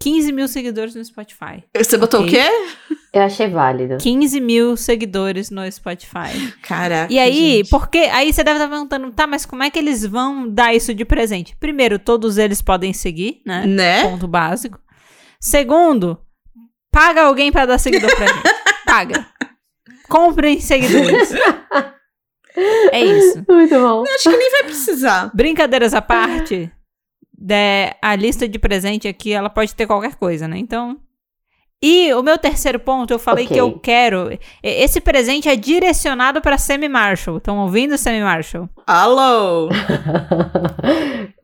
15 mil seguidores no Spotify. Você botou Ok. o quê? Eu achei válido. 15 mil seguidores no Spotify. Caraca. E aí, gente. porque aí você deve estar perguntando, tá, mas como é que eles vão dar isso de presente? Primeiro, todos eles podem seguir, né? Né? Ponto básico. Segundo, paga alguém pra dar seguidor pra [laughs] gente. Paga. Comprem seguidores. [laughs] é isso. Muito bom. Né? Acho que nem vai precisar. Brincadeiras à parte, né, a lista de presente aqui, ela pode ter qualquer coisa, né? Então, E o meu terceiro ponto, eu falei Ok. que eu quero. e- Esse presente é direcionado pra Sammy Marshall. Estão ouvindo, Sammy Marshall? Alô!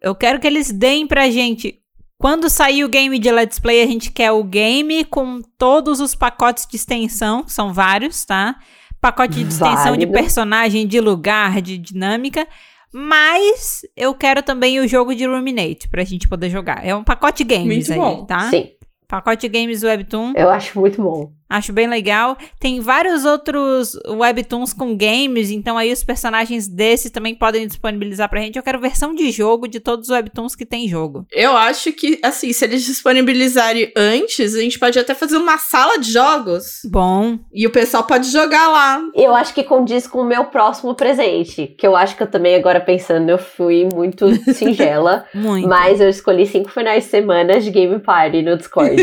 Eu quero que eles deem pra gente. Quando sair o game de Let's Play, a gente quer o game com todos os pacotes de extensão, que são vários, tá? Pacote de extensão de Válido. personagem, de lugar, de dinâmica. Mas eu quero também o jogo de Ruminate pra gente poder jogar. É um pacote games Muito aí, bom. tá? Sim, Pacote games Webtoon. eu acho muito bom. Acho bem legal. Tem vários outros webtoons com games, então aí os personagens desses também podem disponibilizar pra gente. Eu quero versão de jogo de todos os webtoons que tem jogo. Eu acho que, assim, se eles disponibilizarem antes, a gente pode até fazer uma sala de jogos. Bom, E o pessoal pode jogar lá. Eu acho que condiz com o meu próximo presente, que eu acho que eu também agora pensando, eu fui [laughs] muito singela, muito. mas eu escolhi cinco finais de semana de Game Party no [laughs] Discord.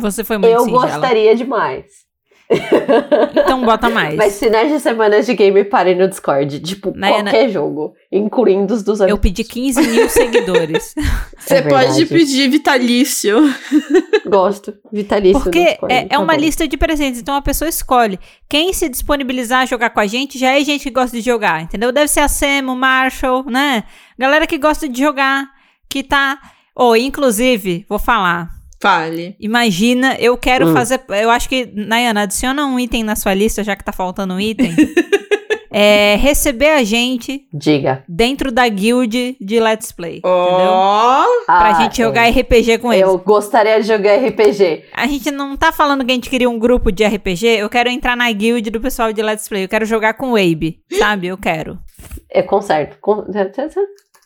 Você foi muito eu singela. gostaria demais. Então bota mais. [laughs] Mas finais de semana de Game Party no Discord, tipo, Na- qualquer jogo, incluindo os dos Né, é Eu pedi 15 mil [laughs] seguidores. Você pode verdade. pedir vitalício. Gosto. Vitalício. no Porque Discord, é, é tá uma bom. lista de presentes, então a pessoa escolhe. Quem se disponibilizar a jogar com a gente já é gente que gosta de jogar, entendeu? Deve ser a Sam, o Marshall, né? Galera que gosta de jogar, que tá. Ou, inclusive, vou falar. Fale. Imagina, eu quero Hum. fazer. Eu acho que, Nayana, adiciona um item na sua lista, já que tá faltando um [laughs] item. é receber a gente Diga. dentro da guild de Let's Play. Entendeu? Ó, Pra Oh, Ah, gente jogar RPG com é. eles. Eu gostaria de jogar RPG. A gente não tá falando que a gente queria um grupo de RPG. Eu quero entrar na guild do pessoal de Let's Play. Eu quero jogar com o Abe, sabe? Eu quero. É conserto. Con...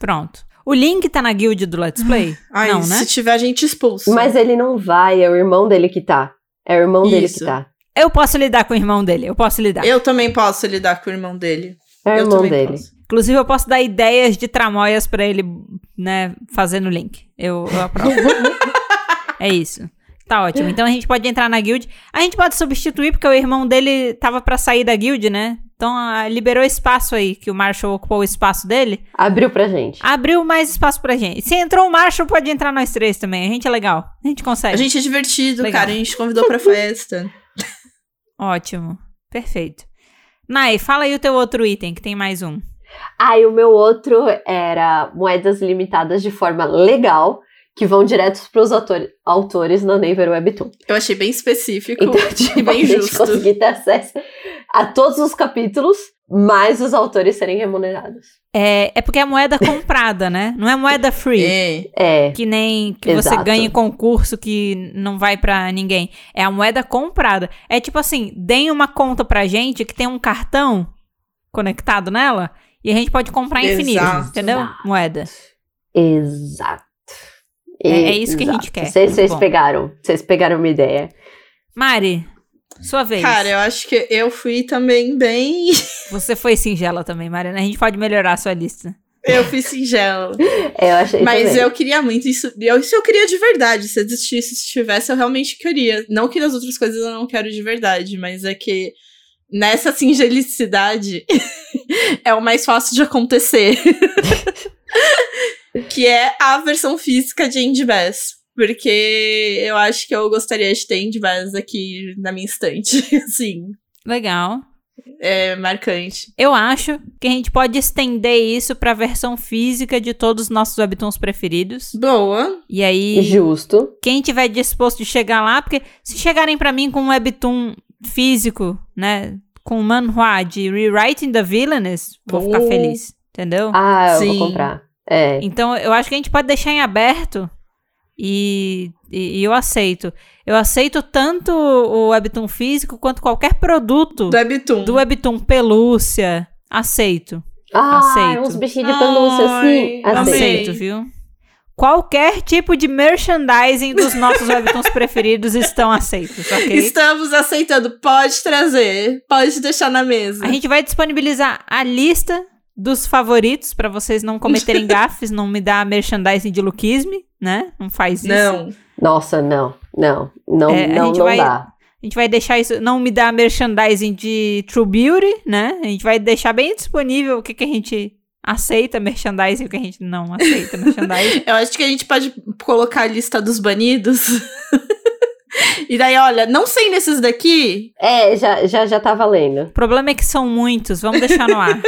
Pronto. O Link tá na guild do Let's Play? ai, não, né? se tiver a gente expulsa. Mas ele não vai, é o irmão dele que tá. É o irmão dele Isso. que tá. Eu posso lidar com o irmão dele. Eu posso lidar. Eu também posso lidar com o irmão dele. É o Eu irmão também dele. posso. Inclusive, eu posso dar ideias de tramóias pra ele, né, fazer no link. Eu, eu [laughs] aprovo. é isso. Tá ótimo. Então a gente pode entrar na guild. A gente pode substituir, porque o irmão dele tava pra sair da guild, né? Então ah, liberou espaço aí, que o Marshall ocupou o espaço dele. Abriu pra Ah, gente. Abriu mais espaço pra gente. Se entrou o Marshall, pode entrar nós três também. A gente é legal. A gente consegue. A gente é divertido, Legal. cara. A gente convidou pra festa. Ótimo. Perfeito. Nai, fala aí o teu outro item, que tem mais um. Ah, e o meu outro era moedas limitadas de forma legal, que vão direto pros autor- autores na [laughs] Naver Webtoon. Eu achei bem específico. [laughs] Então, tipo, bem a gente justo. [laughs] conseguir ter acesso a todos os capítulos, mas os autores serem remunerados. É, é porque é moeda comprada, né? Não é moeda free. É. É, Que nem que você Exato. ganha em concurso que não vai pra ninguém. É a moeda comprada. É tipo assim, deem uma conta pra gente que tem um cartão conectado nela e a gente pode comprar infinito, Exato. entendeu? Moeda. exato. É- é isso que a gente quer. Vocês vocês Bom. pegaram, vocês pegaram uma ideia. Mari, sua vez. Cara, eu acho que eu fui também bem. [laughs] Você foi singela também, Mari. né? A gente pode melhorar a sua lista. Eu fui singela. É, eu achei Mas também. eu queria muito isso. Eu, isso eu queria de verdade. Se existisse, se tivesse, eu realmente queria. Não que nas outras coisas eu não quero de verdade, mas é que nessa singelicidade [laughs] é o mais fácil de acontecer. [laughs] que é a versão física de Indie Bass. Porque eu acho que eu gostaria de ter Indie Bass aqui na minha estante. [laughs] assim, Legal. é marcante. Eu acho que a gente pode estender isso pra versão física de todos os nossos webtoons preferidos. Boa. E aí, Uhum. Justo. quem tiver disposto de chegar lá, porque se chegarem pra mim com um webtoon físico, né, com um manhua de Rewriting the Villainous, vou ficar Oh. feliz, entendeu? Ah, eu Sim. vou comprar. É. Então, eu acho que a gente pode deixar em aberto e, e- e eu aceito. Eu aceito tanto o webtoon físico quanto qualquer produto Do Webtoon. do webtoon pelúcia, aceito. Ah, Aceito. uns bichinhos de pelúcia assim. Ai, Aceito. amei. Aceito, viu? Qualquer tipo de merchandising dos nossos webtoons preferidos estão aceitos, ok? Estamos aceitando. Pode trazer. Pode deixar na mesa. A gente vai disponibilizar a lista dos favoritos pra vocês não cometerem gafes, não me dar merchandising de luquisme, né? Não faz isso. Não. Nossa, não. Não, não, É, a não, gente não vai- dá. A gente vai deixar isso, não me dar merchandising de True Beauty, né? A gente vai deixar bem disponível o que, que a gente aceita merchandising e o que a gente não aceita merchandising. Eu acho que a gente pode colocar a lista dos banidos. [laughs] E daí, olha, não sei nesses daqui. É, já, já, já tá valendo. O problema é que são muitos, vamos deixar no [laughs] ar.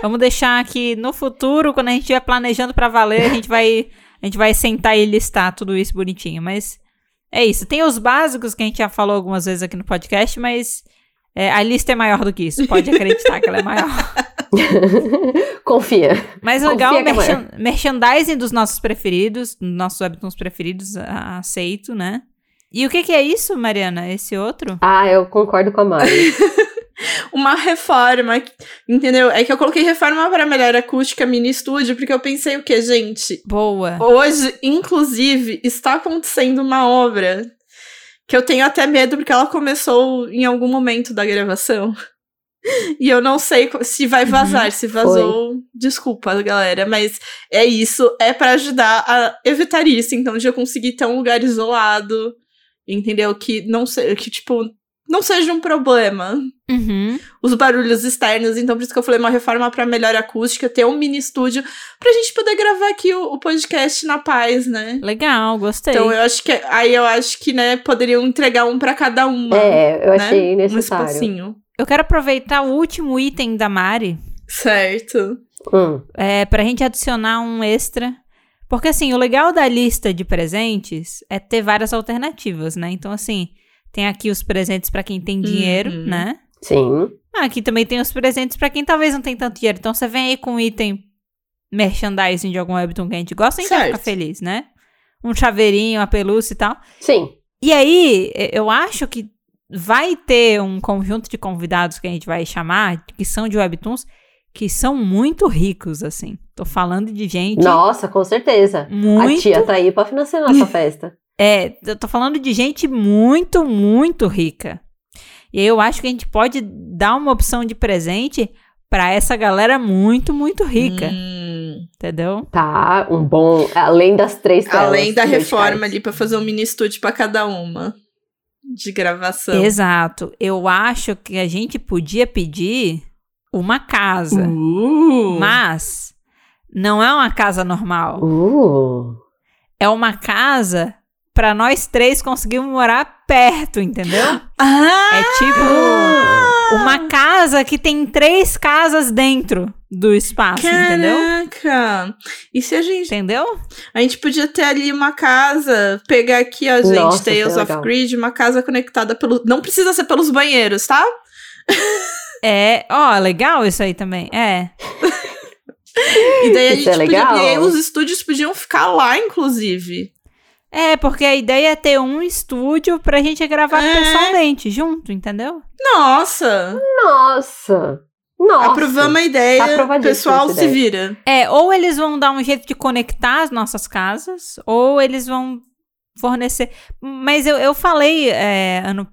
vamos deixar que no futuro, quando a gente estiver planejando pra valer, a gente vai a gente vai sentar e listar tudo isso bonitinho, mas é isso. Tem os básicos que a gente já falou algumas vezes aqui no podcast, mas é, a lista é maior do que isso. Pode acreditar que ela é maior. [laughs] Confia. Mas legal, Confia que é merchan- merchandising dos nossos preferidos, dos nossos webtoons preferidos, a- aceito, né? E o que, que é isso, Mariana? Esse outro? Ah, eu concordo com a Mari. Uma reforma, entendeu? É que eu coloquei reforma para melhor acústica mini estúdio, porque eu pensei o quê, gente? Boa. Hoje, inclusive, está acontecendo uma obra que eu tenho até medo porque ela começou em algum momento da gravação. E eu não sei co- se vai vazar, se vazou, desculpa, galera, mas é isso, é pra ajudar a evitar isso, então de eu conseguir ter um lugar isolado, entendeu? Que não seja que tipo não seja um problema Uhum. os barulhos externos, então por isso que eu falei uma reforma pra melhor acústica, ter um mini estúdio pra gente poder gravar aqui o, o podcast na paz, né? Legal, gostei. Então eu acho que aí eu acho que, né, poderiam entregar um pra cada uma. é, eu né? achei um necessário. espacinho. Eu quero aproveitar o último item da Mari Certo. Hum, é, pra gente adicionar um extra. Porque, assim, o legal da lista de presentes é ter várias alternativas, né? Então, assim, tem aqui os presentes pra quem tem dinheiro, Uhum. né? sim. Ah, Aqui também tem os presentes pra quem talvez não tem tanto dinheiro. Então, você vem aí com um item merchandising de algum webtoon que a gente gosta, a gente vai Certo. ficar feliz, né? Um chaveirinho, uma pelúcia e tal. Sim. E aí, eh, eu acho que vai ter um conjunto de convidados que a gente vai chamar, que são de webtoons, que são muito ricos, assim. Tô falando de gente Nossa, com certeza. A muito. tia tá aí pra financiar [laughs] nossa festa. É, eu tô falando de gente muito, muito rica. E aí eu acho que a gente pode dar uma opção de presente pra essa galera muito, muito rica, Hum. entendeu? Tá, um bom. Além das três telas. além da verticais. reforma ali pra fazer um mini estúdio pra cada uma de gravação. Exato. Eu acho que a gente podia pedir uma casa. Uh. Mas não é uma casa normal. Uh, É uma casa pra nós três conseguirmos morar perto, entendeu? Ah, É tipo uma casa que tem três casas dentro do espaço, entendeu? caraca. E se a gente Entendeu? A gente podia ter ali uma casa, pegar aqui, ó, gente, Nossa, Tales of que legal. Grid, uma casa conectada pelo. Não precisa ser pelos banheiros, tá? É, ó, legal isso aí também. É. E daí a Isso gente é podia. legal. E aí os estúdios podiam ficar lá, inclusive. É, porque a ideia é ter um estúdio pra gente gravar É. pessoalmente, junto, entendeu? Nossa! nossa. Nossa. Aprovamos a ideia. Tá aprovadíssima pessoal essa se ideia. vira. É, ou eles vão dar um jeito de conectar as nossas casas, ou eles vão fornecer. Mas eu, eu falei é, ano,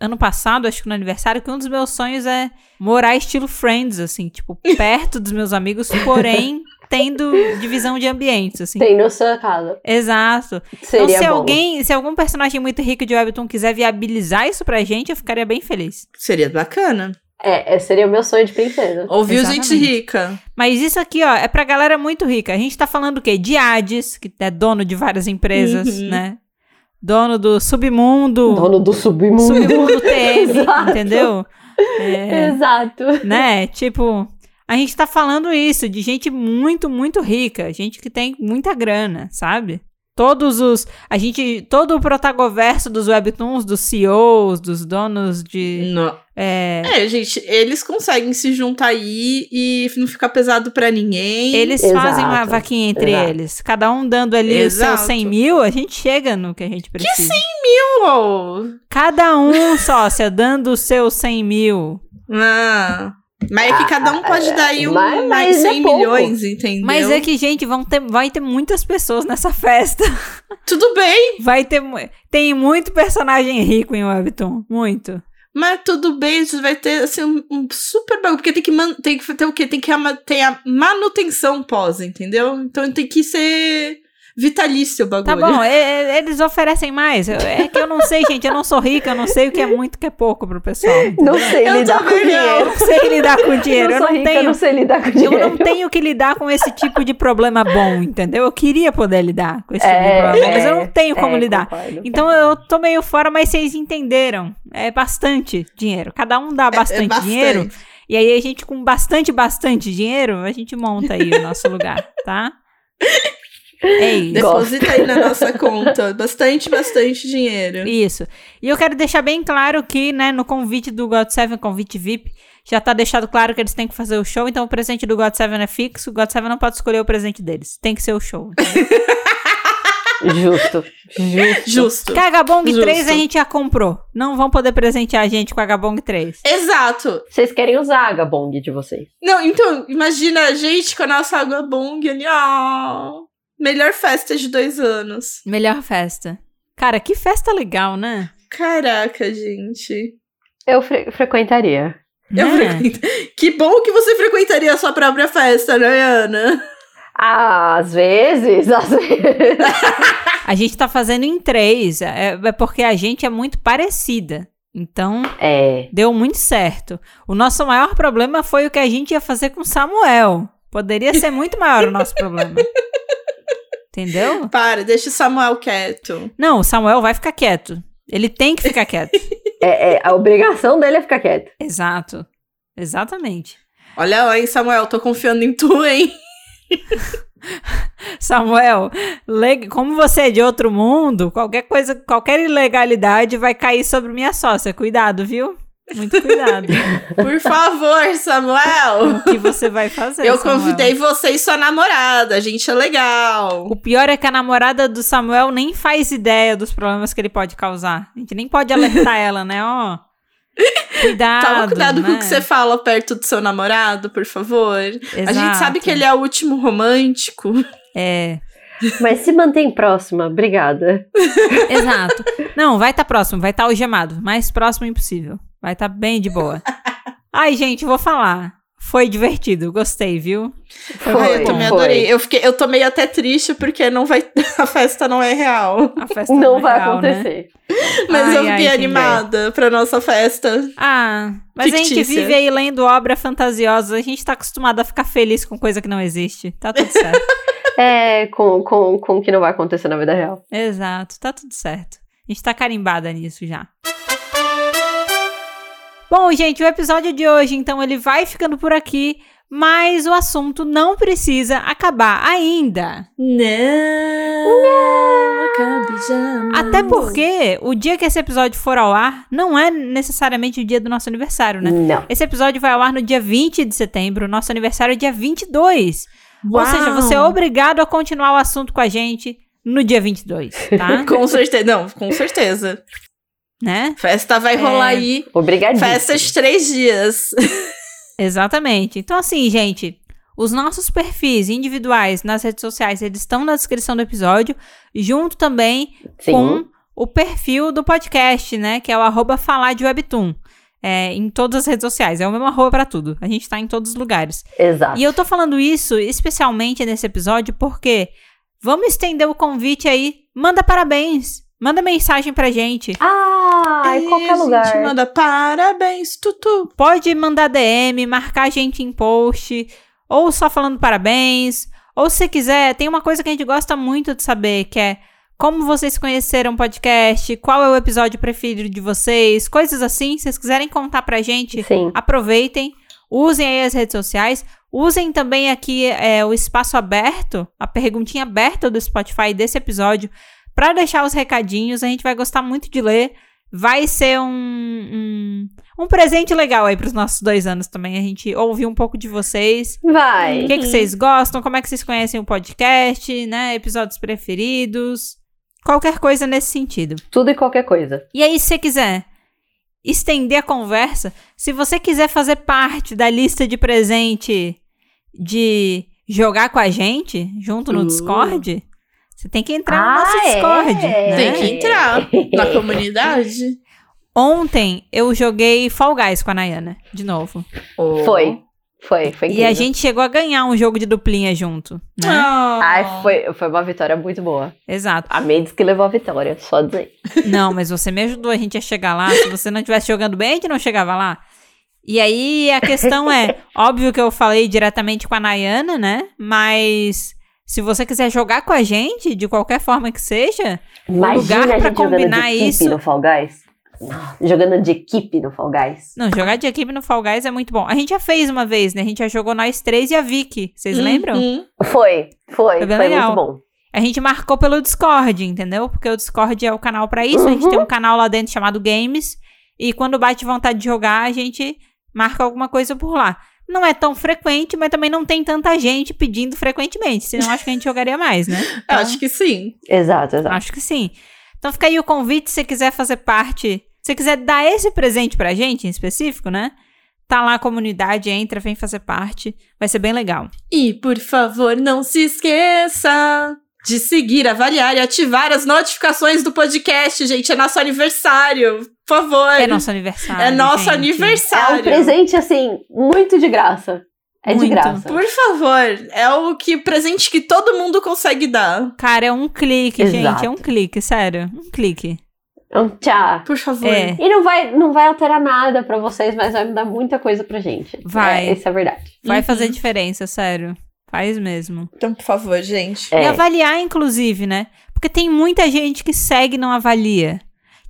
ano passado, acho que no aniversário, que um dos meus sonhos é morar estilo Friends, assim, tipo, perto dos meus amigos, porém tendo divisão de ambientes, assim. Tem na sua casa. Exato. Então, Seria se bom. alguém, se algum personagem muito rico de Webtoon quiser viabilizar isso pra gente, eu ficaria bem feliz. Seria bacana. É, é, seria o meu sonho de princesa. Ouviu Exatamente. gente rica. Mas isso aqui, ó, é pra galera muito rica. A gente tá falando o quê? De Hades, que é dono de várias empresas, Uhum. né? Dono do submundo. Dono do submundo. [laughs] Submundo TM, Exato. entendeu? É, Exato. né? Tipo, a gente tá falando isso de gente muito, muito rica, gente que tem muita grana, sabe? Todos os. A gente. Todo o protagoverso dos webtoons, dos CEOs, dos donos de. No- é, É, gente, eles conseguem se juntar aí e não ficar pesado pra ninguém. Eles Exato, fazem uma vaquinha entre exato. eles. Cada um dando ali os seus Exato. 100 mil, a gente chega no que a gente precisa. Uou! Cada um, sócia, dando os seus 100 mil. Ah, mas é que cada um pode dar aí um, mas- mais mas Ah, é 100 pouco. milhões, entendeu? Mas é que, gente, vão ter, vai ter muitas pessoas nessa festa. Tudo bem, [laughs] Vai ter. mu- Tem muito personagem rico em Webtoon. Muito. mas tudo bem, você vai ter assim, um, um super bagulho, porque tem que, man- tem que ter o quê? Tem que ama- ter a manutenção pós, entendeu? Então tem que ser vitalício o Tá bagulho. [laughs] bom, e- e- eles oferecem mais. Eu- É que eu não sei, gente. Eu não sou rica, eu não sei o que é muito, o que é pouco pro pessoal. entendeu? Não sei Eu lidar com também não. dinheiro. Eu não sei lidar com dinheiro. não Eu sou não rica, tenho. não sei lidar com Eu dinheiro. [laughs] não tenho que lidar com esse tipo de problema bom, entendeu? Eu queria poder lidar com esse tipo de É, problema, mas eu é, não tenho como é, lidar. concordo. Então eu tô meio fora, mas vocês entenderam. É bastante dinheiro. Cada um dá bastante, É bastante. dinheiro. E aí a gente, com bastante, bastante dinheiro, a gente monta aí o nosso lugar, tá? É isso. Deposita aí na nossa conta. Bastante, bastante dinheiro. Isso. E eu quero deixar bem claro que, né, no convite do God Seven, convite VIP, já tá deixado claro que eles têm que fazer o show, então o presente do God Seven é fixo, o God Seven não pode escolher o presente deles. Tem que ser o [laughs] show. Justo. Justo. Justo. Cagabong Justo. 3 a gente já comprou. Não vão poder presentear a gente com a Gabong 3. Exato. Vocês querem usar a Gabong de vocês. Não, então, imagina a gente com a nossa água bong ali, ó. Melhor festa de dois anos. Melhor festa. Cara, que festa legal, né? Caraca, gente. Eu fre- frequentaria. Eu Né? frequento. Que bom que você frequentaria a sua própria festa, né, Ana? Às vezes, [laughs] às vezes. A gente tá fazendo em três, é, é porque a gente é muito parecida. Então, É. deu muito certo. O nosso maior problema foi o que a gente ia fazer com Samuel. Poderia ser muito maior o nosso problema. Entendeu? Para, deixa o Samuel quieto. Não, o Samuel vai ficar quieto. Ele tem que ficar quieto. [laughs] é, é, a obrigação dele é ficar quieto. Exato. Exatamente. Olha lá, hein, Samuel, tô confiando em tu, hein? Samuel, le- como você é de outro mundo, qualquer coisa, qualquer ilegalidade vai cair sobre minha sócia. Cuidado, viu? Muito cuidado Por favor, com Samuel. o que você vai fazer. Eu Samuel. convidei você e sua namorada. A gente é legal. O pior é que a namorada do Samuel nem faz ideia dos problemas que ele pode causar. A gente nem pode alertar ela, né? [laughs] Ó. Cuidado. Toma cuidado com o né? que você fala perto do seu namorado, por favor. A gente Exato. sabe que ele é o último romântico. É. Mas se mantém próxima, obrigada. Exato. Não, vai estar próximo, vai estar algemado. Mais próximo impossível. Vai estar bem de boa. Ai, gente, vou falar. Foi divertido, gostei, viu? Foi, Ai, eu também foi. adorei. Eu, fiquei, eu tô meio até triste porque não vai, [laughs] a festa não é real. A festa Não é vai legal, né? acontecer. Mas Ai, eu ai, fiquei gente, animada pra nossa festa. Ah, mas a gente Fictícia. vive aí lendo obra fantasiosa. A gente tá acostumado a ficar feliz com coisa que não existe. Tá tudo certo. É, com, com, com o que não vai acontecer na vida real. Exato, tá tudo certo. A gente tá carimbada nisso já. Bom, gente, o episódio de hoje, então, ele vai ficando por aqui, mas o assunto não precisa acabar ainda. Não, acabe já. Até porque o dia que esse episódio for ao ar não é necessariamente o dia do nosso aniversário, né? Não. Esse episódio vai ao ar no dia 20 de setembro, nosso aniversário é dia 22. Ou seja, você é obrigado a continuar o assunto com a gente no dia 22, tá? [laughs] Com certeza. Não, com certeza. né? Festa vai É. rolar aí. Obrigadíssima. Festa de três dias. Exatamente. Então, assim, gente, os nossos perfis individuais nas redes sociais, eles estão na descrição do episódio, junto também Sim. com o perfil do podcast, né? Que é o arroba falar de webtoon. É, em todas as redes sociais. É o mesmo arroba pra tudo. A gente tá em todos os lugares. Exato. E eu tô falando isso especialmente nesse episódio porque vamos estender o convite aí. Manda parabéns. Manda mensagem pra gente. Ah, em E qualquer a gente lugar. manda parabéns, Tutu. Pode mandar DM, marcar a gente em post, ou só falando parabéns. Ou se quiser, tem uma coisa que a gente gosta muito de saber, que é como vocês conheceram o podcast, qual é o episódio preferido de vocês, coisas assim. Se vocês quiserem contar pra gente, Sim. aproveitem, usem aí as redes sociais, usem também aqui é, o espaço aberto, a perguntinha aberta do Spotify desse episódio, para deixar os recadinhos, a gente vai gostar muito de ler, vai ser um, um, um presente legal aí para os nossos dois anos também, a gente ouvir um pouco de vocês, Vai. o que, que vocês gostam, como é que vocês conhecem o podcast, né, episódios preferidos, qualquer coisa nesse sentido. Tudo e qualquer coisa. E aí, se você quiser estender a conversa, se você quiser fazer parte da lista de presente de jogar com a gente, junto no Uh. Discord, você tem que entrar no Ah, nosso é? Discord. né? Tem que entrar [laughs] na comunidade. Ontem eu joguei Fall Guys com a Nayana, de novo. Foi. Foi, foi Uhum. E incrível. a gente chegou a ganhar um jogo de duplinha junto. Né? Ah. Ai, foi, foi uma vitória muito boa. Exato. A Mendes que levou a vitória, só dizer. Não, mas você me ajudou a gente a chegar lá. Se você não estivesse jogando bem, a gente não chegava lá. E aí a questão é: óbvio que eu falei diretamente com a Nayana, né? Mas se você quiser jogar com a gente, de qualquer forma que seja, Imagina lugar a pra gente jogando de combinar equipe isso. no Fall Guys. Nossa, Jogando de equipe no Fall Guys. não, jogar de equipe no Fall Guys é muito bom. A gente já fez uma vez, né? A gente já jogou nós três e a Vicky. Vocês lembram? Uhum. Foi, Foi foi, foi, bem legal. muito bom. A gente marcou pelo Discord, entendeu? Porque o Discord é o canal pra isso. A gente Uhum. tem um canal lá dentro chamado Games. E quando bate vontade de jogar, a gente marca alguma coisa por lá. Não é tão frequente, mas também não tem tanta gente pedindo frequentemente. Senão acho que a gente jogaria mais, né? [laughs] Eu Então, acho que sim. Exato, exato. acho que sim. Então fica aí o convite se você quiser fazer parte. Se você quiser dar esse presente pra gente em específico, né? Tá lá a comunidade, entra, vem fazer parte. Vai ser bem legal. E por favor, não se esqueça de seguir, avaliar e ativar as notificações do podcast, gente. É nosso aniversário. Por favor. É nosso aniversário. É nosso gente. É aniversário. um presente, assim, muito de graça. É de Muito. graça. Por favor, é o que presente que todo mundo consegue dar. Cara, é um clique, gente. Exato. É um clique, sério. Um clique. Um tchau. Por favor. É. E não vai, não vai alterar nada pra vocês, mas vai mudar muita coisa pra gente. Vai. É, essa é a verdade. Vai Uhum. fazer diferença, sério. Faz mesmo. Então, por favor, gente. E É. avaliar, inclusive, né? Porque tem muita gente que segue e não avalia.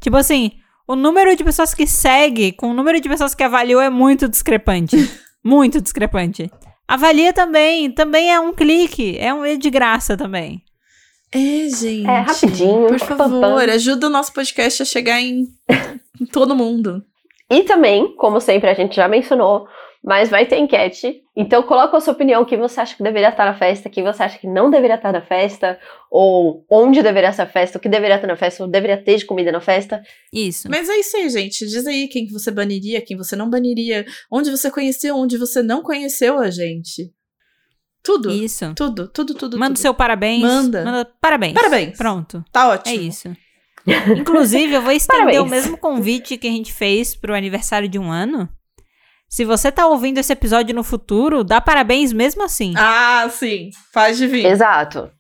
Tipo assim, o número de pessoas que segue com o número de pessoas que avaliou é muito [laughs] discrepante. muito discrepante. Avalia também. Também é um clique. É um é de graça também. É, gente. É rapidinho. Por pam, favor, pam. ajuda o nosso podcast a chegar em, em todo mundo. E também, como sempre, a gente já mencionou, mas vai ter enquete. Então coloca a sua opinião, o que você acha que deveria estar na festa, o que você acha que não deveria estar na festa, ou onde deveria ser a festa, o que deveria estar na festa, ou deveria ter de comida na festa. Isso. Mas é isso aí, gente. Diz aí quem que você baniria, quem você não baniria, onde você conheceu, onde você não conheceu a gente. Tudo. Isso. Tudo, tudo, tudo. Manda o tudo. seu parabéns. Manda. Parabéns. Parabéns. Pronto. Tá É ótimo. isso. Inclusive, [laughs] eu vou estender o Parabéns. mesmo convite que a gente fez pro aniversário de um ano. Se você tá ouvindo esse episódio no futuro, dá parabéns mesmo assim. Ah, sim. Faz de vir. Exato.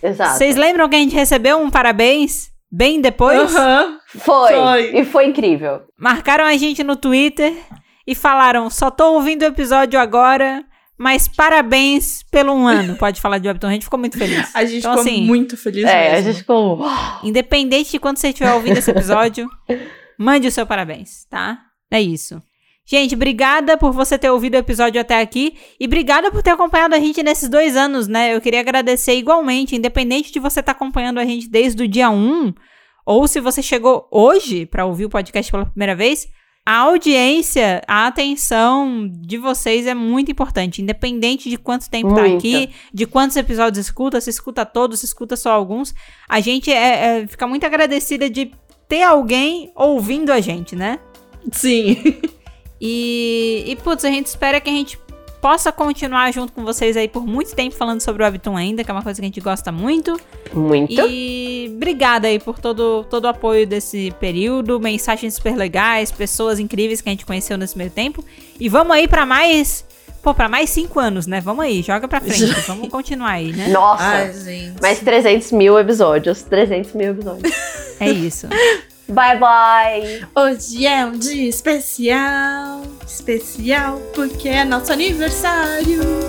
tá, Exato. Vocês lembram que a gente recebeu um parabéns bem depois? Aham. Foi. Foi. E foi incrível. Marcaram a gente no Twitter e falaram: só tô ouvindo o episódio agora, mas parabéns pelo um ano. Pode falar de Webton, a gente ficou muito feliz. A gente Então, ficou assim, muito feliz É, a mesmo. gente ficou. Independente de quando você estiver ouvindo esse [laughs] episódio, mande o seu parabéns, tá? É isso. Gente, obrigada por você ter ouvido o episódio até aqui e obrigada por ter acompanhado a gente nesses dois anos, né? Eu queria agradecer igualmente, independente de você estar acompanhando a gente desde o dia 1 ou se você chegou hoje para ouvir o podcast pela primeira vez, a audiência, a atenção de vocês é muito importante, independente de quanto tempo tá Muito. aqui, de quantos episódios escuta, se escuta todos, se escuta só alguns. A gente é, é- fica muito agradecida de ter alguém ouvindo a gente, né? Sim. E, e putz, a gente espera que a gente possa continuar junto com vocês aí por muito tempo falando sobre o Webtoon ainda, que é uma coisa que a gente gosta muito. Muito. E obrigada aí por todo, todo o apoio desse período, mensagens super legais, pessoas incríveis que a gente conheceu nesse meio tempo. E vamos aí pra mais. Pô, pra mais cinco anos, né? Vamos aí, joga pra frente. vamos continuar aí, né? Nossa. Ai, gente. Mais 300 mil episódios. 300 mil episódios. É isso. bye, bye. Hoje é um dia especial. Especial porque é nosso aniversário.